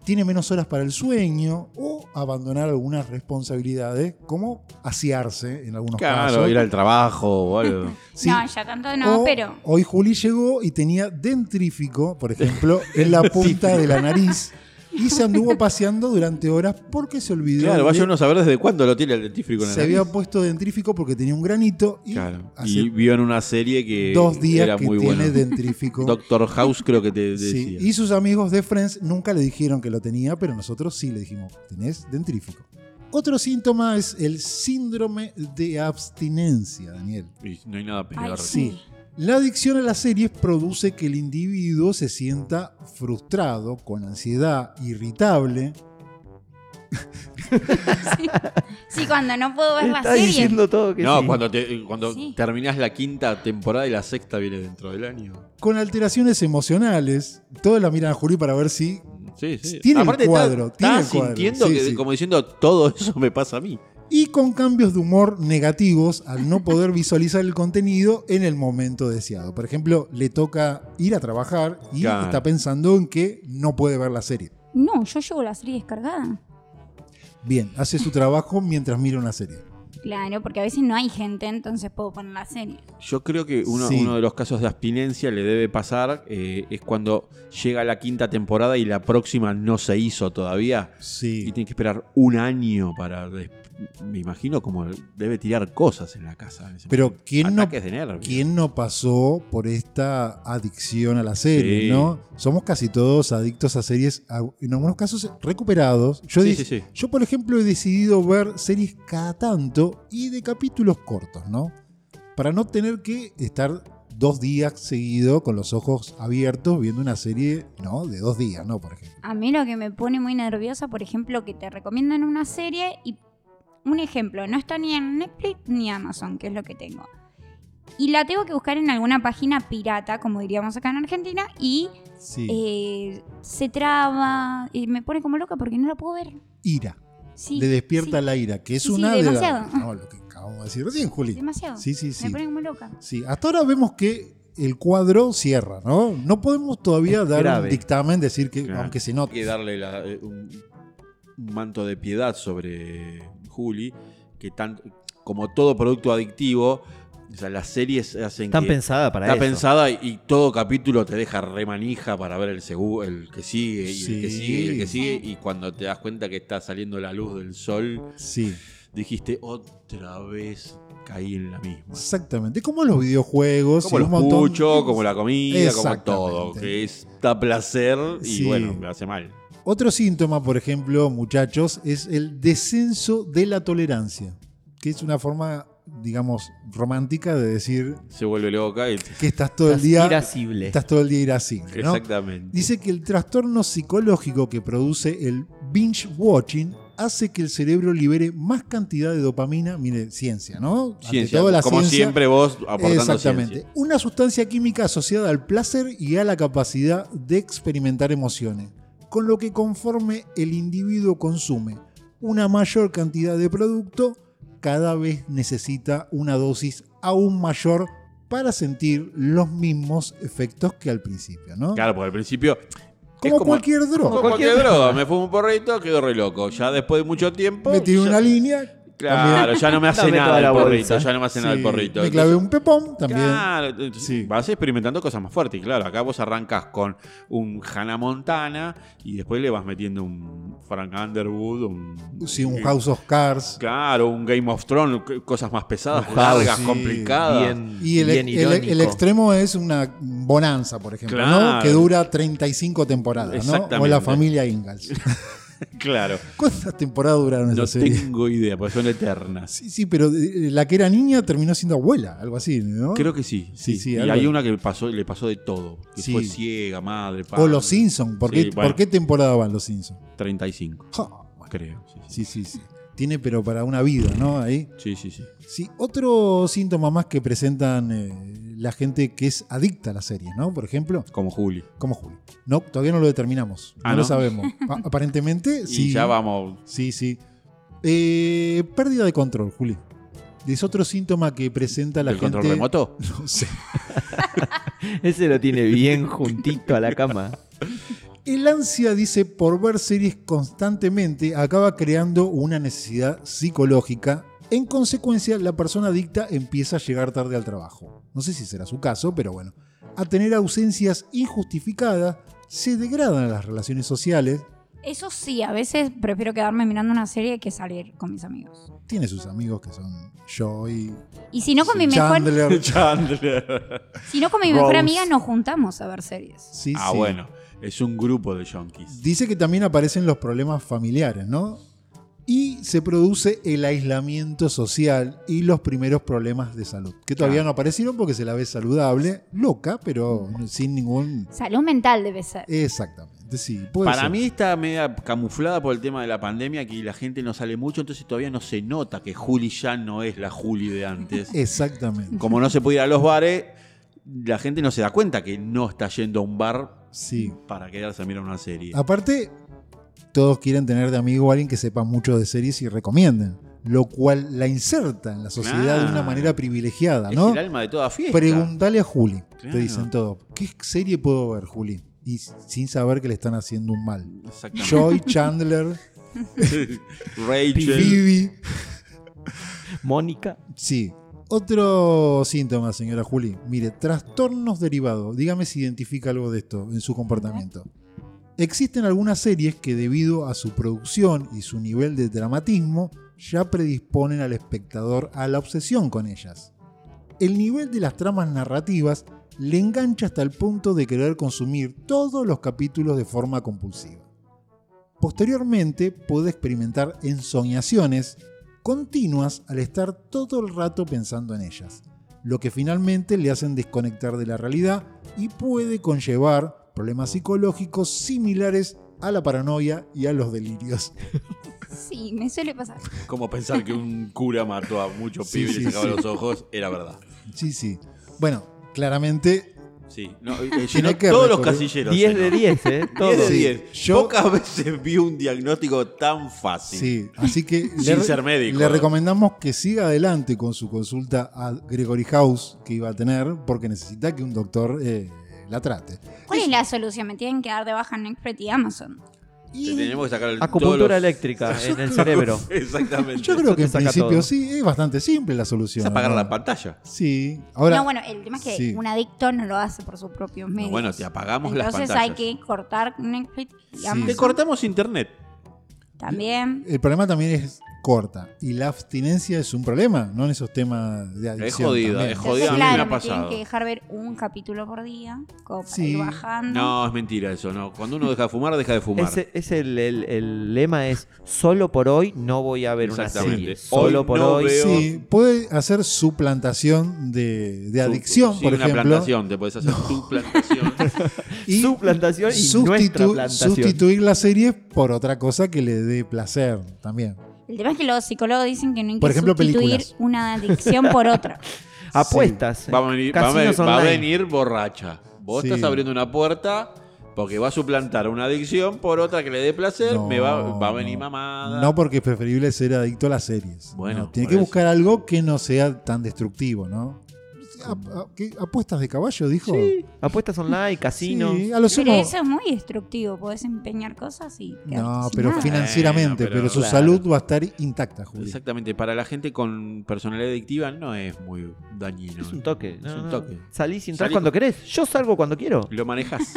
[SPEAKER 1] Tiene menos horas para el sueño o abandonar algunas responsabilidades, como asearse en algunos
[SPEAKER 2] Claro,
[SPEAKER 1] casos.
[SPEAKER 2] ir al trabajo o algo.
[SPEAKER 1] Sí.
[SPEAKER 4] No, ya tanto no,
[SPEAKER 1] O
[SPEAKER 4] pero
[SPEAKER 1] Hoy Juli llegó y tenía dentrífico, por ejemplo, en la punta de la nariz y se anduvo paseando durante horas porque se olvidó.
[SPEAKER 2] Claro,
[SPEAKER 1] de-
[SPEAKER 2] vaya uno a saber desde cuándo lo tiene el dentífrico en la
[SPEAKER 1] se
[SPEAKER 2] nariz.
[SPEAKER 1] había puesto dentrífico porque tenía un granito y
[SPEAKER 2] Claro.
[SPEAKER 1] hace
[SPEAKER 2] Y vio en una serie que
[SPEAKER 1] dos días
[SPEAKER 2] era
[SPEAKER 1] que
[SPEAKER 2] muy
[SPEAKER 1] tiene
[SPEAKER 2] bueno.
[SPEAKER 1] dentrífico.
[SPEAKER 2] Doctor House creo que te
[SPEAKER 1] Sí,
[SPEAKER 2] decía.
[SPEAKER 1] Y sus amigos de Friends nunca le dijeron que lo tenía, pero nosotros sí le dijimos, tenés dentrífico. Otro síntoma es el síndrome de abstinencia, Daniel.
[SPEAKER 2] Y no hay nada
[SPEAKER 4] Ay,
[SPEAKER 2] peor.
[SPEAKER 1] Sí. La adicción a las series produce que el individuo se sienta frustrado, con ansiedad, irritable.
[SPEAKER 4] sí, cuando no puedo ver la
[SPEAKER 3] Está
[SPEAKER 4] serie.
[SPEAKER 3] diciendo todo que
[SPEAKER 2] No,
[SPEAKER 3] sí.
[SPEAKER 2] cuando, te, cuando
[SPEAKER 4] Sí.
[SPEAKER 2] terminás la quinta temporada y la sexta viene dentro del año.
[SPEAKER 1] Con alteraciones emocionales, todos la miran a Juli para ver si
[SPEAKER 2] Sí, sí.
[SPEAKER 1] Tiene el
[SPEAKER 2] está-
[SPEAKER 1] cuadro,
[SPEAKER 2] está
[SPEAKER 1] tiene el cuadro.
[SPEAKER 2] sintiendo
[SPEAKER 1] Sí,
[SPEAKER 2] que,
[SPEAKER 1] sí.
[SPEAKER 2] como diciendo, todo eso me pasa a mí.
[SPEAKER 1] y con cambios de humor negativos al no poder visualizar el contenido en el momento deseado. Por ejemplo, le toca ir a trabajar y
[SPEAKER 2] Claro.
[SPEAKER 1] está pensando en que no puede ver la serie.
[SPEAKER 4] No, yo llevo la serie descargada.
[SPEAKER 1] Bien, hace su trabajo mientras mira una serie.
[SPEAKER 4] Claro, porque a veces no hay gente, entonces puedo poner la serie.
[SPEAKER 2] Yo creo que uno,
[SPEAKER 1] Sí.
[SPEAKER 2] uno de los casos de abstinencia le debe pasar eh, es cuando llega la quinta temporada y la próxima no se hizo todavía. Y
[SPEAKER 1] Sí.
[SPEAKER 2] tiene que esperar un año para des- me imagino como debe tirar cosas en la casa. en ese
[SPEAKER 1] Pero
[SPEAKER 2] momento.
[SPEAKER 1] ¿quién no-
[SPEAKER 2] Ataques de nervios.
[SPEAKER 1] ¿Quién no pasó por esta adicción a las series,
[SPEAKER 2] Sí.
[SPEAKER 1] no? Somos casi todos adictos a series, a- en algunos casos recuperados. Yo,
[SPEAKER 2] Sí,
[SPEAKER 1] dec-
[SPEAKER 2] sí, sí.
[SPEAKER 1] yo, por ejemplo, he decidido ver series cada tanto y de capítulos cortos, ¿no? Para no tener que estar dos días seguido con los ojos abiertos viendo una serie, ¿no? De dos días, ¿no? Por ejemplo.
[SPEAKER 4] A mí lo que me pone muy nerviosa, por ejemplo, que te recomiendan una serie y un ejemplo, no está ni en Netflix ni Amazon, que es lo que tengo. Y la tengo que buscar en alguna página pirata, como diríamos acá en Argentina, y
[SPEAKER 1] Sí.
[SPEAKER 4] eh, se traba, y me pone como loca porque no la puedo ver.
[SPEAKER 1] ira.
[SPEAKER 4] Sí,
[SPEAKER 1] Le despierta
[SPEAKER 4] sí,
[SPEAKER 1] la ira, que es
[SPEAKER 4] Sí, sí,
[SPEAKER 1] una de las...
[SPEAKER 4] demasiado.
[SPEAKER 1] No, lo que acabamos de decir recién, Juli.
[SPEAKER 4] demasiado.
[SPEAKER 1] Sí, sí, sí.
[SPEAKER 4] Me pone como loca.
[SPEAKER 1] Sí, hasta ahora vemos que el cuadro cierra, ¿no? No podemos todavía
[SPEAKER 3] Es
[SPEAKER 1] dar
[SPEAKER 3] grave.
[SPEAKER 1] un dictamen, decir que,
[SPEAKER 2] Claro.
[SPEAKER 1] aunque se
[SPEAKER 2] Hay que
[SPEAKER 1] note.
[SPEAKER 2] darle la- eh, un, un manto de piedad sobre Juli, que tan, como todo producto adictivo, o sea, las series hacen
[SPEAKER 3] Están
[SPEAKER 2] que
[SPEAKER 3] pensadas para
[SPEAKER 2] está
[SPEAKER 3] eso.
[SPEAKER 2] pensada y, y todo capítulo te deja remanija para ver el, segu- el que sigue y el que
[SPEAKER 1] Sí.
[SPEAKER 2] sigue y el que sigue y cuando te das cuenta que está saliendo la luz del sol,
[SPEAKER 1] Sí,
[SPEAKER 2] dijiste otra vez caí en la misma.
[SPEAKER 1] exactamente. Es Como los videojuegos,
[SPEAKER 2] Como
[SPEAKER 1] y
[SPEAKER 2] los
[SPEAKER 1] un montón-
[SPEAKER 2] puchos, como la comida, como todo,
[SPEAKER 1] Exactamente.
[SPEAKER 2] que es- da placer y
[SPEAKER 1] Sí.
[SPEAKER 2] bueno, me hace mal.
[SPEAKER 1] Otro síntoma, por ejemplo, muchachos, es el descenso de la tolerancia, que es una forma, digamos, romántica de decir
[SPEAKER 2] Se vuelve loca y
[SPEAKER 1] que estás todo el
[SPEAKER 3] Estás
[SPEAKER 1] día,
[SPEAKER 3] irascible.
[SPEAKER 1] estás todo el día irascible, ¿no?
[SPEAKER 2] Exactamente.
[SPEAKER 1] Dice que el trastorno psicológico que produce el binge watching hace que el cerebro libere más cantidad de dopamina, mire, ciencia, ¿no? Ante
[SPEAKER 2] Ciencia,
[SPEAKER 1] todo, la
[SPEAKER 2] como
[SPEAKER 1] ciencia-
[SPEAKER 2] siempre vos aportando
[SPEAKER 1] Exactamente.
[SPEAKER 2] ciencia.
[SPEAKER 1] Una sustancia química asociada al placer y a la capacidad de experimentar emociones, con lo que conforme el individuo consume una mayor cantidad de producto, cada vez necesita una dosis aún mayor para sentir los mismos efectos que al principio, ¿no?
[SPEAKER 2] Claro, porque al principio es
[SPEAKER 1] como, cualquier
[SPEAKER 2] como
[SPEAKER 1] droga.
[SPEAKER 2] cualquier
[SPEAKER 3] Cualquier
[SPEAKER 2] droga. Me fumo un porrito, quedo re loco. Ya después de mucho tiempo.
[SPEAKER 1] Me tiré
[SPEAKER 2] ya-
[SPEAKER 1] una línea.
[SPEAKER 2] Claro, ya no me hace
[SPEAKER 3] Dame
[SPEAKER 2] nada
[SPEAKER 3] toda
[SPEAKER 2] el
[SPEAKER 3] la
[SPEAKER 2] porrito.
[SPEAKER 3] bolsa.
[SPEAKER 2] Ya no me hace nada el
[SPEAKER 1] sí,
[SPEAKER 2] porrito.
[SPEAKER 1] Me clavé un pepón también.
[SPEAKER 2] Claro, entonces
[SPEAKER 1] Sí.
[SPEAKER 2] vas experimentando cosas más fuertes. Y claro, acá vos arrancas con un Hannah Montana y después le vas metiendo un Frank Underwood, un.
[SPEAKER 1] Sí, un
[SPEAKER 2] eh,
[SPEAKER 1] House of Cards.
[SPEAKER 2] Claro, un Game of Thrones, c- cosas más pesadas,
[SPEAKER 3] Un House,
[SPEAKER 2] largas,
[SPEAKER 1] sí.
[SPEAKER 2] complicadas.
[SPEAKER 3] Bien,
[SPEAKER 1] Y el,
[SPEAKER 3] bien
[SPEAKER 1] el- el
[SPEAKER 3] irónico.
[SPEAKER 1] extremo es una bonanza, por ejemplo,
[SPEAKER 2] Claro.
[SPEAKER 1] ¿no? que dura 35 temporadas, ¿no?
[SPEAKER 2] Exactamente.
[SPEAKER 1] O la familia Ingalls.
[SPEAKER 2] Claro.
[SPEAKER 1] ¿Cuántas temporadas duraron esa
[SPEAKER 2] No
[SPEAKER 1] serie?
[SPEAKER 2] tengo idea, porque son eternas.
[SPEAKER 1] Sí, sí, pero eh, la que era niña terminó siendo abuela, algo así, ¿no?
[SPEAKER 2] Creo que sí.
[SPEAKER 1] Sí,
[SPEAKER 2] sí,
[SPEAKER 1] sí,
[SPEAKER 2] y
[SPEAKER 1] algo.
[SPEAKER 2] hay una que pasó, le pasó de todo. Que
[SPEAKER 1] Sí.
[SPEAKER 2] fue ciega, madre, padre.
[SPEAKER 1] o Los Simpsons, ¿por,
[SPEAKER 2] Sí,
[SPEAKER 1] qué,
[SPEAKER 2] bueno.
[SPEAKER 1] ¿por qué temporada van Los Simpsons?
[SPEAKER 2] 35,
[SPEAKER 1] Ja, bueno,
[SPEAKER 2] creo. Sí, sí.
[SPEAKER 1] sí, sí, sí. Tiene pero para una vida, ¿no? Ahí.
[SPEAKER 2] Sí, sí, sí.
[SPEAKER 1] Sí, otro síntoma más que presentan eh, la gente que es adicta a las series, ¿no? Por ejemplo,
[SPEAKER 2] Como Juli.
[SPEAKER 1] como Julio. No, todavía no lo determinamos. no,
[SPEAKER 2] Ah,
[SPEAKER 1] lo
[SPEAKER 2] ¿no?
[SPEAKER 1] sabemos. Pa- Aparentemente, sí.
[SPEAKER 2] Y ya vamos.
[SPEAKER 1] Sí, sí. Eh, pérdida de control, Juli. Es otro síntoma que presenta la
[SPEAKER 2] ¿El
[SPEAKER 1] gente.
[SPEAKER 2] control remoto?
[SPEAKER 1] No sé.
[SPEAKER 3] Ese lo tiene bien juntito a la cama.
[SPEAKER 1] El ansia, dice, por ver series constantemente acaba creando una necesidad psicológica. En consecuencia, la persona adicta empieza a llegar tarde al trabajo. No sé si será su caso, pero bueno. A tener ausencias injustificadas, se degradan las relaciones sociales,
[SPEAKER 4] Eso sí, a veces prefiero quedarme mirando una serie que salir con mis amigos.
[SPEAKER 1] tiene sus amigos que son Joy,
[SPEAKER 4] Y si no con mi mejor,
[SPEAKER 1] Chandler.
[SPEAKER 2] Chandler.
[SPEAKER 4] si no con mi mejor
[SPEAKER 1] Rose.
[SPEAKER 4] amiga nos juntamos a ver series.
[SPEAKER 1] Sí,
[SPEAKER 2] Ah,
[SPEAKER 1] sí.
[SPEAKER 2] bueno. Es un grupo de junkies.
[SPEAKER 1] Dice que también aparecen los problemas familiares, ¿no? Y se produce el aislamiento social y los primeros problemas de salud, que todavía
[SPEAKER 2] Claro.
[SPEAKER 1] no aparecieron porque se la ve saludable, loca, pero sin ningún...
[SPEAKER 4] Salud mental debe ser.
[SPEAKER 1] Exactamente, sí. puede
[SPEAKER 2] Para
[SPEAKER 1] ser.
[SPEAKER 2] mí está media camuflada por el tema de la pandemia, que la gente no sale mucho, entonces todavía no se nota que Juli ya no es la Juli de antes.
[SPEAKER 1] Eh, Exactamente,
[SPEAKER 2] Como no se puede ir a los bares, la gente no se da cuenta que no está yendo a un bar
[SPEAKER 1] sí.
[SPEAKER 2] para quedarse a mirar una serie.
[SPEAKER 1] Ah, Aparte, todos quieren tener de amigo a alguien que sepa mucho de series y recomienden, lo cual la inserta en la sociedad de una
[SPEAKER 2] Claro.
[SPEAKER 1] manera privilegiada,
[SPEAKER 2] Es
[SPEAKER 1] ¿no?
[SPEAKER 2] el alma de toda fiesta.
[SPEAKER 1] Preguntale a Juli. Te
[SPEAKER 2] Claro.
[SPEAKER 1] dicen todo. ¿Qué serie puedo ver, Juli? Y s- sin saber que le están haciendo un mal.
[SPEAKER 2] Exactamente.
[SPEAKER 1] Joy, Chandler,
[SPEAKER 2] Rachel.
[SPEAKER 1] Phoebe.
[SPEAKER 3] Mónica.
[SPEAKER 1] Sí. Otro síntoma, señora Juli. Mire, trastornos derivados. Dígame si identifica algo de esto en su comportamiento. Existen algunas series que debido a su producción y su nivel de dramatismo ya predisponen al espectador a la obsesión con ellas. El nivel de las tramas narrativas le engancha hasta el punto de querer consumir todos los capítulos de forma compulsiva. Posteriormente puede experimentar ensoñaciones continuas al estar todo el rato pensando en ellas, lo que finalmente le hacen desconectar de la realidad y puede conllevar problemas psicológicos similares a la paranoia y a los delirios.
[SPEAKER 4] Sí, me suele pasar.
[SPEAKER 2] Como pensar que un cura mató a muchos
[SPEAKER 1] Sí,
[SPEAKER 2] pibes
[SPEAKER 1] sí,
[SPEAKER 2] y sacaba
[SPEAKER 1] sí.
[SPEAKER 2] los ojos, era verdad.
[SPEAKER 1] Sí, sí. Bueno, claramente
[SPEAKER 2] Sí, no, eh, llenó
[SPEAKER 1] que
[SPEAKER 2] todos los
[SPEAKER 1] recorrer-
[SPEAKER 2] casilleros.
[SPEAKER 3] 10 de
[SPEAKER 2] llenó.
[SPEAKER 3] 10, ¿eh?
[SPEAKER 2] 10
[SPEAKER 3] Todo.
[SPEAKER 2] de
[SPEAKER 1] Sí,
[SPEAKER 2] 10.
[SPEAKER 1] yo-
[SPEAKER 2] Pocas veces vi un diagnóstico tan fácil.
[SPEAKER 1] Sí, así que
[SPEAKER 2] Sin ser médico. ¿eh?
[SPEAKER 1] le recomendamos que siga adelante con su consulta a Gregory House que iba a tener porque necesita que un doctor eh, la trate.
[SPEAKER 4] ¿Cuál es la solución? Me tienen que dar de baja en Netflix y Amazon.
[SPEAKER 2] Te tenemos que sacar el- todos los-
[SPEAKER 3] Acupuntura eléctrica en el cerebro.
[SPEAKER 2] Exactamente.
[SPEAKER 1] Yo creo
[SPEAKER 3] te
[SPEAKER 1] que en
[SPEAKER 3] saca
[SPEAKER 1] principio
[SPEAKER 3] todo.
[SPEAKER 1] sí, es bastante simple la solución.
[SPEAKER 2] Es apagar
[SPEAKER 1] ¿no?
[SPEAKER 2] la pantalla.
[SPEAKER 1] Sí, ahora
[SPEAKER 4] no, bueno, el tema es que
[SPEAKER 1] sí.
[SPEAKER 4] un adicto no lo hace por sus propios medios.
[SPEAKER 2] No, bueno, te apagamos
[SPEAKER 4] Entonces
[SPEAKER 2] las
[SPEAKER 4] hay
[SPEAKER 2] pantallas.
[SPEAKER 4] que cortar Netflix y
[SPEAKER 1] Sí.
[SPEAKER 4] Amazon
[SPEAKER 2] Te cortamos internet.
[SPEAKER 4] también.
[SPEAKER 1] el problema también es corta y la abstinencia es un problema, no en esos temas de adicción.
[SPEAKER 2] jodido,
[SPEAKER 1] también.
[SPEAKER 2] es jodido.
[SPEAKER 4] Entonces,
[SPEAKER 2] a mí me
[SPEAKER 4] claro,
[SPEAKER 2] ha
[SPEAKER 4] me tienen
[SPEAKER 2] pasado.
[SPEAKER 4] que dejar ver un capítulo por día, como para
[SPEAKER 1] Sí.
[SPEAKER 4] ir bajando.
[SPEAKER 2] No, es mentira eso, no. Cuando uno deja de fumar, deja de fumar.
[SPEAKER 3] Ese, es el, el- el lema es solo por hoy no voy a ver una
[SPEAKER 2] Exactamente.
[SPEAKER 3] serie.
[SPEAKER 2] Hoy
[SPEAKER 3] Solo por
[SPEAKER 2] no
[SPEAKER 3] hoy.
[SPEAKER 2] veo-
[SPEAKER 1] Sí, puede hacer suplantación de, de
[SPEAKER 2] Su-
[SPEAKER 1] adicción,
[SPEAKER 2] sí,
[SPEAKER 1] por
[SPEAKER 2] una
[SPEAKER 1] ejemplo.
[SPEAKER 2] plantación, te puedes hacer tu plantación.
[SPEAKER 1] y-
[SPEAKER 3] Su plantación y nuestra
[SPEAKER 1] Sustitu-
[SPEAKER 3] plantación.
[SPEAKER 1] Sustituir la serie por otra cosa que le dé placer también.
[SPEAKER 4] El tema es que los psicólogos dicen que no hay que
[SPEAKER 1] Por ejemplo,
[SPEAKER 4] sustituir
[SPEAKER 1] películas.
[SPEAKER 4] una adicción por otra.
[SPEAKER 3] Apuestas. eh,
[SPEAKER 2] va, a venir, va a venir-
[SPEAKER 3] casinos
[SPEAKER 2] va a
[SPEAKER 3] online.
[SPEAKER 2] venir borracha. Vos
[SPEAKER 1] Sí.
[SPEAKER 2] estás abriendo una puerta porque va a suplantar una adicción por otra que le dé placer.
[SPEAKER 1] No,
[SPEAKER 2] me va, va a venir
[SPEAKER 1] no.
[SPEAKER 2] mamada.
[SPEAKER 1] No porque es preferible ser adicto a las series.
[SPEAKER 2] Bueno,
[SPEAKER 1] No, tiene
[SPEAKER 2] por
[SPEAKER 1] que
[SPEAKER 2] eso.
[SPEAKER 1] buscar algo que no sea tan destructivo, ¿no? A- a- ¿qué? ¿Apuestas de caballo, dijo?
[SPEAKER 3] Sí, Apuestas online,
[SPEAKER 1] Sí, ah.
[SPEAKER 3] casinos.
[SPEAKER 1] a lo sumo.
[SPEAKER 4] Pero eso es muy destructivo, podés empeñar cosas y quedarte
[SPEAKER 1] No,
[SPEAKER 4] sin
[SPEAKER 1] pero
[SPEAKER 4] nada.
[SPEAKER 1] financieramente,
[SPEAKER 2] Bueno,
[SPEAKER 1] pero,
[SPEAKER 2] pero
[SPEAKER 1] su
[SPEAKER 3] claro.
[SPEAKER 1] salud va a estar intacta, Juli.
[SPEAKER 2] Exactamente, para la gente con personalidad adictiva no es muy dañino.
[SPEAKER 3] Es un toque. no,
[SPEAKER 2] Es
[SPEAKER 1] Ah.
[SPEAKER 2] un
[SPEAKER 3] no.
[SPEAKER 2] toque.
[SPEAKER 3] Salís y entrás
[SPEAKER 2] Salí-
[SPEAKER 3] cuando querés. Yo salgo cuando quiero.
[SPEAKER 2] Lo manejas.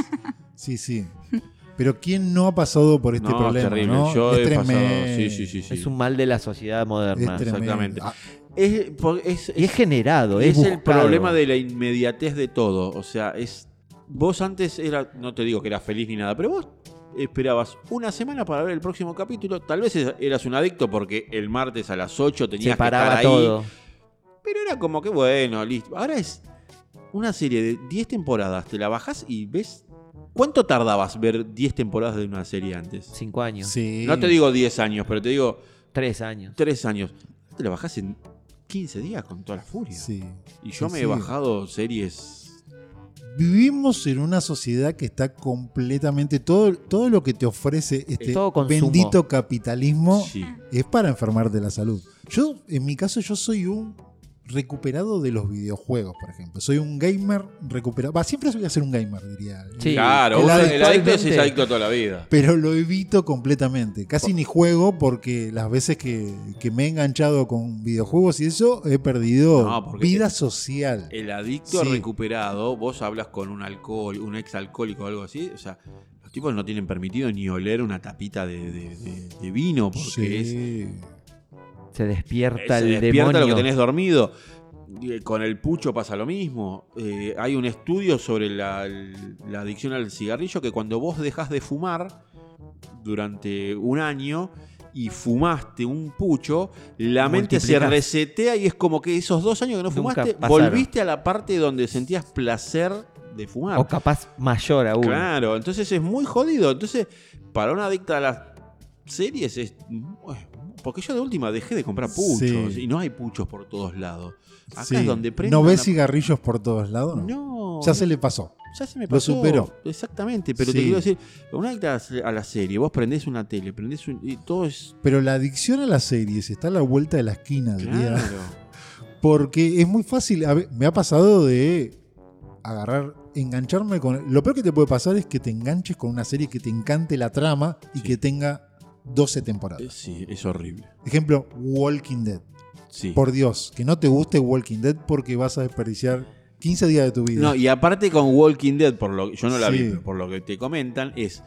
[SPEAKER 1] Sí, sí. Pero ¿quién no ha pasado por este
[SPEAKER 2] no,
[SPEAKER 1] problema?
[SPEAKER 2] es terrible.
[SPEAKER 1] no?
[SPEAKER 2] Yo
[SPEAKER 1] es
[SPEAKER 2] he pasado.
[SPEAKER 1] tremendo.
[SPEAKER 2] Sí, sí, sí. sí.
[SPEAKER 3] Es un mal de la sociedad
[SPEAKER 1] Es
[SPEAKER 3] moderna.
[SPEAKER 1] tremendo.
[SPEAKER 2] exactamente.
[SPEAKER 1] Ah,
[SPEAKER 2] Es- por- es-
[SPEAKER 3] y es generado. Es,
[SPEAKER 2] es el
[SPEAKER 3] buscado.
[SPEAKER 2] problema de la inmediatez de todo. O sea, es. Vos antes era. No te digo que eras feliz ni nada, pero vos esperabas una semana para ver el próximo capítulo. Tal vez eras un adicto porque el martes a las 8 tenías
[SPEAKER 3] Se
[SPEAKER 2] que
[SPEAKER 3] paraba
[SPEAKER 2] estar ahí.
[SPEAKER 3] todo.
[SPEAKER 2] Pero era como que bueno, listo. Ahora es una serie de 10 temporadas. Te la bajás y ves. ¿Cuánto tardabas ver 10 temporadas de una serie antes?
[SPEAKER 3] Cinco años.
[SPEAKER 1] sí.
[SPEAKER 2] No te digo 10 años, pero te digo
[SPEAKER 3] Tres años.
[SPEAKER 2] 3 años. Te la bajás en 15 días con toda la furia.
[SPEAKER 1] Sí.
[SPEAKER 2] Y yo
[SPEAKER 1] Sí,
[SPEAKER 2] me
[SPEAKER 1] sí.
[SPEAKER 2] he bajado series.
[SPEAKER 1] Vivimos en una sociedad que está completamente. Todo, todo lo que te ofrece este
[SPEAKER 3] Todo consumo.
[SPEAKER 1] bendito capitalismo
[SPEAKER 2] Sí.
[SPEAKER 1] es para enfermarte la salud. Yo, en mi caso, yo soy un recuperado de los videojuegos, por ejemplo. Soy un gamer recuperado. Va, siempre voy a ser un gamer, diría.
[SPEAKER 3] Sí.
[SPEAKER 2] Claro,
[SPEAKER 1] El
[SPEAKER 2] uno- el,
[SPEAKER 1] adicto-
[SPEAKER 2] adicto es
[SPEAKER 3] actualmente-
[SPEAKER 2] adicto toda la vida.
[SPEAKER 1] Pero lo evito completamente. Casi ni juego porque las veces que, que me he enganchado con videojuegos y eso, he perdido
[SPEAKER 2] No, porque-
[SPEAKER 1] vida social.
[SPEAKER 2] El adicto
[SPEAKER 1] Sí.
[SPEAKER 2] recuperado, vos hablas con un alcohol, un ex alcohólico o algo así, o sea, los tipos no tienen permitido ni oler una tapita de, de- de- de vino porque es,
[SPEAKER 1] Sí.
[SPEAKER 3] Se despierta
[SPEAKER 2] Eh, se
[SPEAKER 3] el
[SPEAKER 2] despierta
[SPEAKER 3] demonio.
[SPEAKER 2] lo que tenés dormido. Eh, Con el pucho pasa lo mismo. Eh, hay un estudio sobre la, la adicción al cigarrillo que cuando vos dejas de fumar durante un año y fumaste un pucho, la mente se
[SPEAKER 3] Multiplicás.
[SPEAKER 2] resetea y es como que esos dos años que no
[SPEAKER 3] Nunca
[SPEAKER 2] fumaste,
[SPEAKER 3] pasaron.
[SPEAKER 2] volviste a la parte donde sentías placer de fumar.
[SPEAKER 3] O capaz mayor aún.
[SPEAKER 2] Claro, entonces es muy jodido. Entonces, para una adicta a las series es. bueno, Porque yo de última dejé de comprar puchos
[SPEAKER 1] Sí.
[SPEAKER 2] y no hay puchos por todos lados. Acá
[SPEAKER 1] Sí.
[SPEAKER 2] es donde prendo
[SPEAKER 1] ¿No ves
[SPEAKER 2] una-
[SPEAKER 1] cigarrillos por todos lados? No.
[SPEAKER 2] No.
[SPEAKER 1] ya se le pasó.
[SPEAKER 2] ya se me
[SPEAKER 1] lo
[SPEAKER 2] pasó.
[SPEAKER 1] superó.
[SPEAKER 2] Exactamente, pero
[SPEAKER 1] Sí.
[SPEAKER 2] te quiero decir, una adicta a la- a la serie, vos prendés una tele, prendés un. y todo es.
[SPEAKER 1] Pero la adicción a las series está a la vuelta de la esquina, diría.
[SPEAKER 2] Claro.
[SPEAKER 1] Porque es muy fácil. A ver, me ha pasado de agarrar, engancharme con. Lo peor que te puede pasar es que te enganches con una serie que te encante la trama y
[SPEAKER 2] Sí.
[SPEAKER 1] que tenga 12 temporadas.
[SPEAKER 2] Eh, Sí, es horrible.
[SPEAKER 1] Ejemplo, Walking Dead.
[SPEAKER 2] Sí.
[SPEAKER 1] Por Dios, que no te guste Walking Dead porque vas a desperdiciar 15 días de tu vida.
[SPEAKER 2] No, y aparte con Walking Dead, por lo yo no la
[SPEAKER 1] Sí.
[SPEAKER 2] vi, pero por lo que te comentan, es,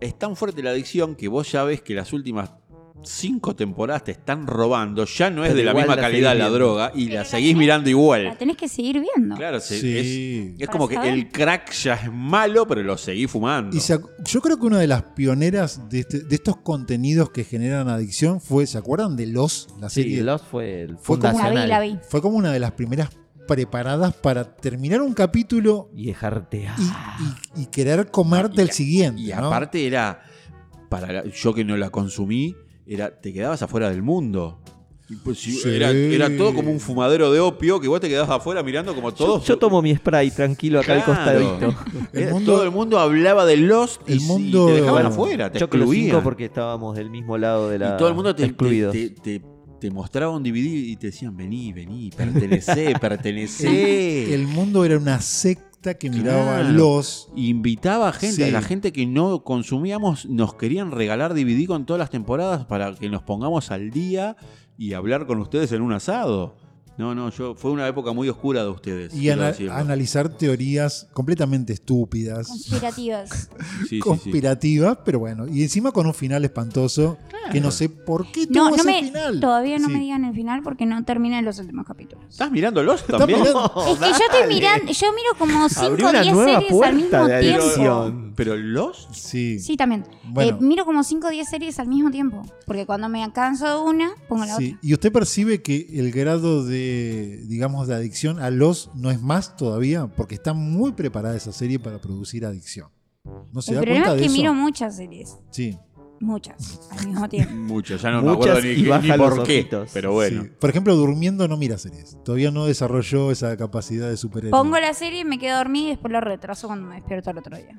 [SPEAKER 2] es tan fuerte la adicción que vos ya ves que las últimas cinco temporadas te están robando, ya no es
[SPEAKER 3] Pero
[SPEAKER 2] de la
[SPEAKER 3] igual
[SPEAKER 2] misma
[SPEAKER 3] la
[SPEAKER 2] calidad
[SPEAKER 3] seguís
[SPEAKER 2] la
[SPEAKER 3] viendo.
[SPEAKER 2] droga y
[SPEAKER 4] Pero
[SPEAKER 2] la
[SPEAKER 4] la
[SPEAKER 2] seguís
[SPEAKER 4] tenés-
[SPEAKER 2] mirando
[SPEAKER 4] La
[SPEAKER 2] igual.
[SPEAKER 4] tenés que seguir viendo.
[SPEAKER 2] Claro, se- es,
[SPEAKER 1] Sí.
[SPEAKER 2] es
[SPEAKER 4] Para
[SPEAKER 2] como que
[SPEAKER 4] saber.
[SPEAKER 2] el crack ya es malo, pero lo seguís fumando.
[SPEAKER 1] Y se ac- yo creo que una de las pioneras de, este- de estos contenidos que generan adicción fue, ¿se acuerdan de Los, la
[SPEAKER 3] Sí,
[SPEAKER 1] serie?
[SPEAKER 3] Lost fue el
[SPEAKER 1] Fue como-
[SPEAKER 4] la vi,
[SPEAKER 3] fundacional.
[SPEAKER 4] la vi.
[SPEAKER 1] Fue como una de las primeras preparadas para terminar un capítulo
[SPEAKER 3] Y dejarte.
[SPEAKER 1] y,
[SPEAKER 3] ah,
[SPEAKER 1] y- y querer comerte
[SPEAKER 2] Y-
[SPEAKER 1] el siguiente.
[SPEAKER 2] Y
[SPEAKER 1] ¿no?
[SPEAKER 2] aparte era, para la- yo que no la consumí, era te quedabas afuera del mundo. Y pues si-
[SPEAKER 1] Sí.
[SPEAKER 2] era, era todo como un fumadero de opio que vos te quedabas afuera mirando como
[SPEAKER 3] yo,
[SPEAKER 2] todos.
[SPEAKER 3] yo tomo mi spray tranquilo acá
[SPEAKER 2] Claro.
[SPEAKER 3] al costadito.
[SPEAKER 1] El
[SPEAKER 2] era-
[SPEAKER 1] mundo-
[SPEAKER 2] todo el mundo hablaba de Lost y,
[SPEAKER 1] El
[SPEAKER 2] si-
[SPEAKER 1] mundo-
[SPEAKER 2] te dejaban
[SPEAKER 1] Bueno,
[SPEAKER 2] afuera, te
[SPEAKER 3] Yo con los
[SPEAKER 2] excluían.
[SPEAKER 3] cinco porque estábamos del mismo lado de la.
[SPEAKER 2] y todo el mundo te, te,
[SPEAKER 3] excluidos.
[SPEAKER 2] te- te- te mostraba un DVD y te decían, vení, vení, pertenecé, pertenecé.
[SPEAKER 1] El mundo era una secta que miraba
[SPEAKER 2] Claro.
[SPEAKER 1] Los.
[SPEAKER 2] Invitaba a gente,
[SPEAKER 1] Sí.
[SPEAKER 2] a la gente que no consumíamos, nos querían regalar DVD con todas las temporadas para que nos pongamos al día y hablar con ustedes en un asado. No, no, yo fue una época muy oscura de ustedes.
[SPEAKER 1] Y
[SPEAKER 2] quiero
[SPEAKER 1] ana-
[SPEAKER 2] decirlo.
[SPEAKER 1] analizar teorías completamente estúpidas,
[SPEAKER 4] Conspirativas.
[SPEAKER 2] Sí, sí, sí.
[SPEAKER 1] conspirativas, pero bueno. Y encima con un final espantoso que no sé por qué tuvo
[SPEAKER 4] No, no
[SPEAKER 1] ese
[SPEAKER 4] me,
[SPEAKER 1] final.
[SPEAKER 4] todavía no
[SPEAKER 1] Sí.
[SPEAKER 4] me digan el final porque no terminan los últimos capítulos.
[SPEAKER 2] ¿Estás mirando Lost también?
[SPEAKER 1] mirando-
[SPEAKER 3] Oh,
[SPEAKER 4] Es que yo estoy mirando, yo miro como 5 o 10 series al mismo tiempo.
[SPEAKER 3] adicción.
[SPEAKER 2] Pero Lost
[SPEAKER 1] Sí.
[SPEAKER 4] Sí, también.
[SPEAKER 1] Bueno.
[SPEAKER 4] Eh, miro como 5 o 10 series al mismo tiempo. Porque cuando me canso de una, pongo la
[SPEAKER 1] Sí,
[SPEAKER 4] otra.
[SPEAKER 1] y usted percibe que el grado de, digamos, de adicción a los no es más todavía, porque está muy preparada esa serie para producir adicción. ¿No se
[SPEAKER 4] El
[SPEAKER 1] da
[SPEAKER 4] problema
[SPEAKER 1] cuenta
[SPEAKER 4] es
[SPEAKER 1] de
[SPEAKER 4] que
[SPEAKER 1] eso?
[SPEAKER 4] miro muchas series.
[SPEAKER 1] sí,
[SPEAKER 4] Muchas. Al mismo tiempo.
[SPEAKER 2] mucho, ya no me
[SPEAKER 3] Muchas
[SPEAKER 2] acuerdo ni,
[SPEAKER 3] y
[SPEAKER 2] ni
[SPEAKER 3] baja
[SPEAKER 2] por
[SPEAKER 3] los
[SPEAKER 2] qué.
[SPEAKER 3] ojitos.
[SPEAKER 2] Pero bueno.
[SPEAKER 1] sí. Por ejemplo, durmiendo no mira series. Todavía no desarrolló esa capacidad de superhéroe.
[SPEAKER 4] Pongo la serie y me quedo dormida y después lo retraso cuando me despierto al otro día.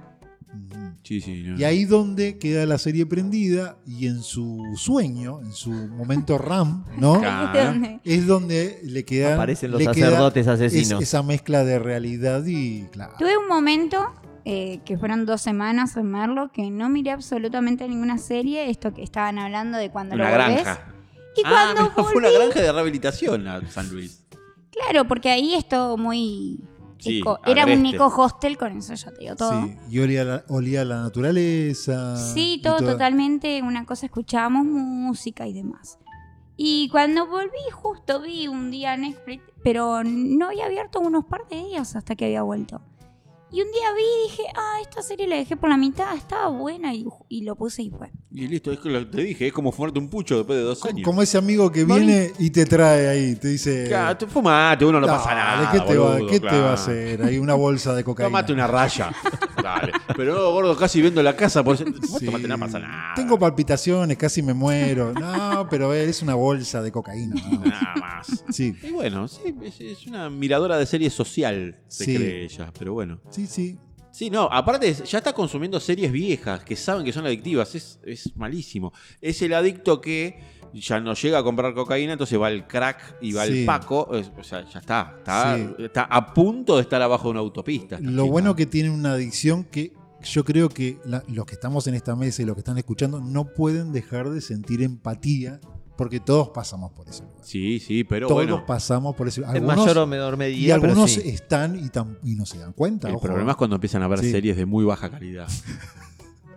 [SPEAKER 1] Ujú.
[SPEAKER 2] Sí, sí, no.
[SPEAKER 1] Y ahí donde queda la serie prendida y en su sueño, en su momento RAM, ¿no?
[SPEAKER 2] Claro. Ah.
[SPEAKER 4] ¿De dónde?
[SPEAKER 1] Es donde le quedan,
[SPEAKER 3] Aparecen los
[SPEAKER 1] le queda es-
[SPEAKER 3] sacerdotes asesinos.
[SPEAKER 1] esa mezcla de realidad y claro.
[SPEAKER 4] Tuve un momento, eh, que fueron dos semanas en Merlo, que no miré absolutamente ninguna serie. Esto que estaban hablando de cuando
[SPEAKER 2] Una
[SPEAKER 4] lo volvés.
[SPEAKER 2] granja.
[SPEAKER 4] Y
[SPEAKER 2] Ah,
[SPEAKER 4] cuando
[SPEAKER 2] mira, fue una
[SPEAKER 4] volví-
[SPEAKER 2] granja de rehabilitación a San Luis.
[SPEAKER 4] Claro, porque ahí es todo muy...
[SPEAKER 2] Sí,
[SPEAKER 4] eco. Era un
[SPEAKER 2] agreste.
[SPEAKER 4] eco hostel, con eso ya te digo todo.
[SPEAKER 1] Sí, y olía la, olía la naturaleza.
[SPEAKER 4] Sí,
[SPEAKER 1] y
[SPEAKER 4] todo
[SPEAKER 1] toda-
[SPEAKER 4] totalmente una cosa, escuchábamos música y demás. Y cuando volví, justo vi un día Netflix, pero no había abierto unos par de días hasta que había vuelto. Y un día vi y dije, ah, esta serie la dejé por la mitad, estaba buena y, y lo puse y fue.
[SPEAKER 2] Y listo, es que lo que te dije, es como fumarte un pucho después de dos
[SPEAKER 1] Co-
[SPEAKER 2] años.
[SPEAKER 1] Como ese amigo que
[SPEAKER 4] Moni.
[SPEAKER 1] viene y te trae ahí, te dice.
[SPEAKER 2] Claro, te fumate, uno no
[SPEAKER 1] "Dale,
[SPEAKER 2] pasa nada.
[SPEAKER 1] ¿Qué, te, va,
[SPEAKER 2] boludo,
[SPEAKER 1] qué te
[SPEAKER 2] claro.
[SPEAKER 1] va a hacer? Hay una bolsa de cocaína.
[SPEAKER 2] Tomate una raya. Dale. Pero no, gordo, casi viendo la casa. Por... Vos
[SPEAKER 1] Sí.
[SPEAKER 2] tomate nada, pasa nada.
[SPEAKER 1] Tengo palpitaciones, casi me muero. No, pero es una bolsa de cocaína. ¿no?
[SPEAKER 2] Nada más.
[SPEAKER 1] Sí,
[SPEAKER 2] Y bueno, sí, es, es una miradora de serie social, se
[SPEAKER 1] Sí.
[SPEAKER 2] cree ella, pero bueno.
[SPEAKER 1] sí, sí.
[SPEAKER 2] Sí, no, aparte es- ya está consumiendo series viejas que saben que son adictivas, es, es malísimo. Es el adicto que ya no llega a comprar cocaína, entonces va al crack y va
[SPEAKER 1] Sí.
[SPEAKER 2] al paco, es- o sea, ya está, está,
[SPEAKER 1] Sí.
[SPEAKER 2] está a punto de estar abajo de una autopista.
[SPEAKER 1] Lo bueno que tiene una adicción que yo creo que la- los que estamos en esta mesa y los que están escuchando no pueden dejar de sentir empatía porque todos pasamos por ese lugar.
[SPEAKER 2] Sí, sí, pero
[SPEAKER 1] todos
[SPEAKER 2] bueno.
[SPEAKER 1] pasamos por ese lugar.
[SPEAKER 3] En mayor o menor
[SPEAKER 1] Y
[SPEAKER 3] medida. pero
[SPEAKER 1] algunos
[SPEAKER 3] sí.
[SPEAKER 1] están y, tam- y no se dan cuenta.
[SPEAKER 2] El
[SPEAKER 1] ojo. ¿eh?
[SPEAKER 2] problema es cuando empiezan a ver
[SPEAKER 1] Sí.
[SPEAKER 2] series de muy baja calidad.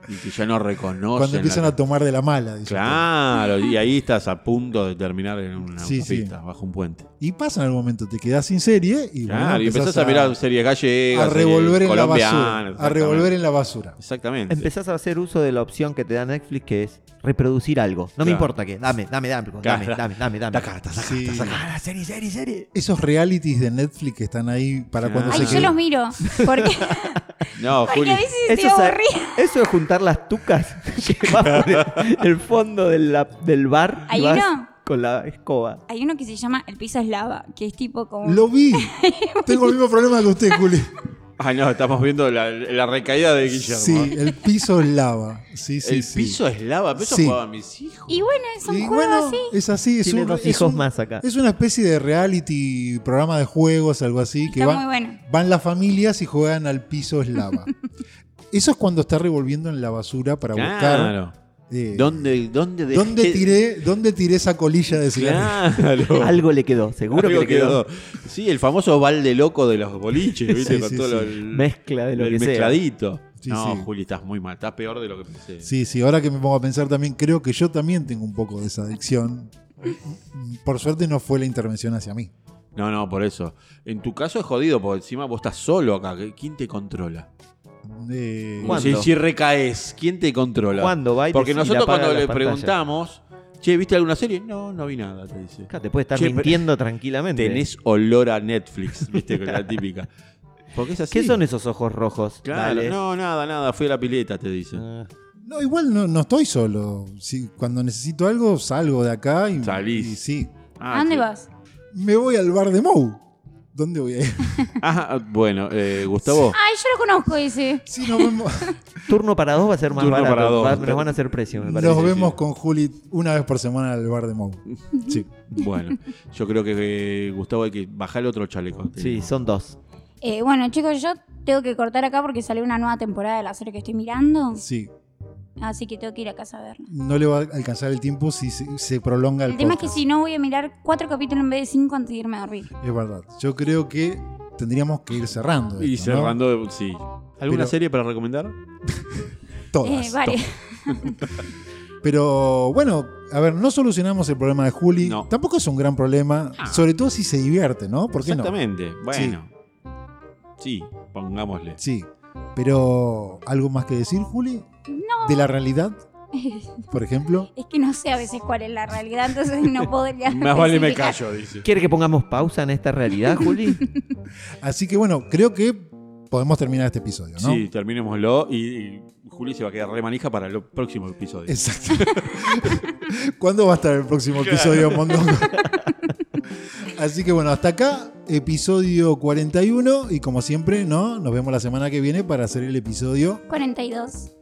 [SPEAKER 2] y que ya no reconocen.
[SPEAKER 1] Cuando empiezan
[SPEAKER 2] la-
[SPEAKER 1] a tomar de la mala. dice
[SPEAKER 2] Claro, y ahí estás a punto de terminar en una
[SPEAKER 1] Sí,
[SPEAKER 2] autopista, bajo un puente.
[SPEAKER 1] usted. Y pasa en algún momento, te quedas sin serie y,
[SPEAKER 2] Claro,
[SPEAKER 1] bueno,
[SPEAKER 2] y empezás a, mirar series gallegas,
[SPEAKER 1] a revolver
[SPEAKER 2] series
[SPEAKER 1] en la
[SPEAKER 2] colombianas,
[SPEAKER 1] basura. A revolver en la basura.
[SPEAKER 2] Exactamente. Exactamente.
[SPEAKER 3] Empezás a hacer uso de la opción que te da Netflix, que es reproducir algo. No
[SPEAKER 2] Claro.
[SPEAKER 3] me importa qué. Dame, dame, dame, dame,
[SPEAKER 2] Claro.
[SPEAKER 3] dame, dame, dame.
[SPEAKER 2] Taca, taca,
[SPEAKER 1] Sí.
[SPEAKER 2] taca.
[SPEAKER 3] Ah, serie, serie, serie.
[SPEAKER 1] Esos realities de Netflix que están ahí para
[SPEAKER 2] Claro.
[SPEAKER 1] cuando
[SPEAKER 4] Ay,
[SPEAKER 1] se
[SPEAKER 4] yo
[SPEAKER 1] quede-
[SPEAKER 4] los miro, porque,
[SPEAKER 2] No,
[SPEAKER 4] porque
[SPEAKER 2] Juli.
[SPEAKER 4] a veces te
[SPEAKER 3] Eso es,
[SPEAKER 4] aburrí.
[SPEAKER 3] eso es juntar las tucas que vas por el, el fondo de la- del bar y
[SPEAKER 4] Hay
[SPEAKER 3] vas
[SPEAKER 4] uno.
[SPEAKER 3] con la escoba.
[SPEAKER 4] Hay uno que se llama El piso es lava, que es tipo como...
[SPEAKER 1] Lo vi. Tengo el mismo problema que usted, Juli.
[SPEAKER 2] Ay, Ah, no, estamos viendo la, la recaída de Guillermo. ¿eh?
[SPEAKER 1] Sí, el piso es lava. Sí, sí,
[SPEAKER 2] el
[SPEAKER 1] sí.
[SPEAKER 2] piso es lava, pero eso
[SPEAKER 1] Sí.
[SPEAKER 2] jugaban mis hijos.
[SPEAKER 4] Y bueno, es un
[SPEAKER 1] Y
[SPEAKER 4] juego
[SPEAKER 1] bueno,
[SPEAKER 4] así.
[SPEAKER 1] es así. Es
[SPEAKER 3] Tiene
[SPEAKER 1] un,
[SPEAKER 3] dos
[SPEAKER 1] es
[SPEAKER 3] hijos
[SPEAKER 1] un-
[SPEAKER 3] más acá.
[SPEAKER 1] Es una especie de reality, programa de juegos, algo así. que
[SPEAKER 4] Está
[SPEAKER 1] va-
[SPEAKER 4] muy bueno.
[SPEAKER 1] Van las familias y juegan al piso es lava. Eso es cuando está revolviendo en la basura para buscar.
[SPEAKER 2] Claro.
[SPEAKER 1] eh,
[SPEAKER 2] ¿Dónde, dónde, dejé-
[SPEAKER 1] dónde tiré, ¿Dónde tiré esa colilla de cigarrillo?
[SPEAKER 2] Claro.
[SPEAKER 3] Algo le quedó, seguro
[SPEAKER 2] Oh. Algo
[SPEAKER 3] que le quedó.
[SPEAKER 2] quedó. Sí, el famoso balde loco de los boliches, ¿viste?
[SPEAKER 1] Sí,
[SPEAKER 2] Con
[SPEAKER 1] sí,
[SPEAKER 2] todo
[SPEAKER 1] sí.
[SPEAKER 2] lo- el,
[SPEAKER 3] Mezcla de lo
[SPEAKER 2] el
[SPEAKER 3] que sea.
[SPEAKER 2] mezcladito.
[SPEAKER 1] Sí,
[SPEAKER 2] no,
[SPEAKER 1] sí.
[SPEAKER 2] Juli, estás muy mal. Estás peor de lo que pensé.
[SPEAKER 1] Sí, sí, ahora que me pongo a pensar también, creo que yo también tengo un poco de esa adicción. Por suerte no fue la intervención hacia mí.
[SPEAKER 2] No, no, por eso. En tu caso es jodido, porque encima vos estás solo acá. ¿Quién te controla?
[SPEAKER 1] Eh,
[SPEAKER 3] ¿Cuándo?
[SPEAKER 2] Si, si recaes, ¿quién te controla?
[SPEAKER 3] ¿Cuándo va y
[SPEAKER 2] Porque
[SPEAKER 3] te- y la
[SPEAKER 2] nosotros
[SPEAKER 3] apaga
[SPEAKER 2] cuando
[SPEAKER 3] la
[SPEAKER 2] le
[SPEAKER 3] pantalla?
[SPEAKER 2] preguntamos, che, ¿viste alguna serie? No, no vi nada, te dice.
[SPEAKER 3] Acá te puede estar
[SPEAKER 2] Che, pero-
[SPEAKER 3] mintiendo tranquilamente.
[SPEAKER 2] Tenés olor a Netflix, viste, con la típica. Porque es así.
[SPEAKER 3] ¿Qué son esos ojos rojos?
[SPEAKER 2] Claro,
[SPEAKER 3] Dale.
[SPEAKER 2] no, nada, nada, fui a la pileta, te dice.
[SPEAKER 3] Ah,
[SPEAKER 1] no, igual no, no estoy solo. Si- cuando necesito algo, salgo de acá y,
[SPEAKER 2] Salís.
[SPEAKER 1] y sí.
[SPEAKER 2] Ah,
[SPEAKER 4] ¿A dónde
[SPEAKER 2] sí.
[SPEAKER 4] vas?
[SPEAKER 1] Me voy al bar de Mou. ¿Dónde voy a ir?
[SPEAKER 2] Ah, bueno, eh, Gustavo.
[SPEAKER 4] Ay, yo lo conozco ese.
[SPEAKER 1] Sí, nos vemos,
[SPEAKER 3] Turno para dos va a ser más
[SPEAKER 2] Turno
[SPEAKER 3] barato.
[SPEAKER 2] para dos.
[SPEAKER 3] va- nos van a hacer precio, me parece.
[SPEAKER 1] nos vemos
[SPEAKER 2] sí.
[SPEAKER 1] con Juli una vez por semana al bar de Mou. Sí.
[SPEAKER 2] Bueno, yo creo que eh, Gustavo hay que bajar el otro chaleco. te
[SPEAKER 3] Sí,
[SPEAKER 2] digo.
[SPEAKER 3] son dos.
[SPEAKER 4] Eh, bueno, chicos, yo tengo que cortar acá porque salió una nueva temporada de la serie que estoy mirando.
[SPEAKER 1] Sí.
[SPEAKER 4] Así que tengo que ir a casa a verla.
[SPEAKER 1] No le va a alcanzar el tiempo si se, se prolonga el,
[SPEAKER 4] El tema es que
[SPEAKER 1] podcast.
[SPEAKER 4] si no voy a mirar cuatro capítulos en vez de cinco antes de irme a dormir.
[SPEAKER 1] Es verdad. Yo creo que tendríamos que ir cerrando.
[SPEAKER 2] Y
[SPEAKER 1] esto, ¿no?
[SPEAKER 2] cerrando, sí. ¿Alguna
[SPEAKER 1] Pero-
[SPEAKER 2] serie para recomendar?
[SPEAKER 1] Todas.
[SPEAKER 4] Eh, vale.
[SPEAKER 1] Pero bueno, a ver, no solucionamos el problema de Juli.
[SPEAKER 2] No.
[SPEAKER 1] Tampoco es un gran problema,
[SPEAKER 2] Ah.
[SPEAKER 1] sobre todo si se divierte, ¿no? ¿Por qué no?
[SPEAKER 2] Exactamente. Bueno. Sí. pongámosle.
[SPEAKER 1] Sí. Pero, ¿algo más que decir, Juli?
[SPEAKER 4] No.
[SPEAKER 1] ¿De la realidad, por ejemplo?
[SPEAKER 4] Es que no sé a veces cuál es la realidad, entonces no podría.
[SPEAKER 2] Más vale me
[SPEAKER 4] especificar.
[SPEAKER 2] callo, dice.
[SPEAKER 3] ¿Quiere que pongamos pausa en esta realidad, Juli?
[SPEAKER 1] Así que bueno, creo que podemos terminar este episodio, ¿no?
[SPEAKER 2] Sí, terminémoslo y, y Juli se va a quedar re manija para el próximo episodio.
[SPEAKER 1] Exacto. ¿Cuándo va a estar el próximo episodio, Mondongo? Así que bueno, hasta acá, episodio 41. Y como siempre, ¿no? Nos vemos la semana que viene para hacer el episodio
[SPEAKER 4] 42.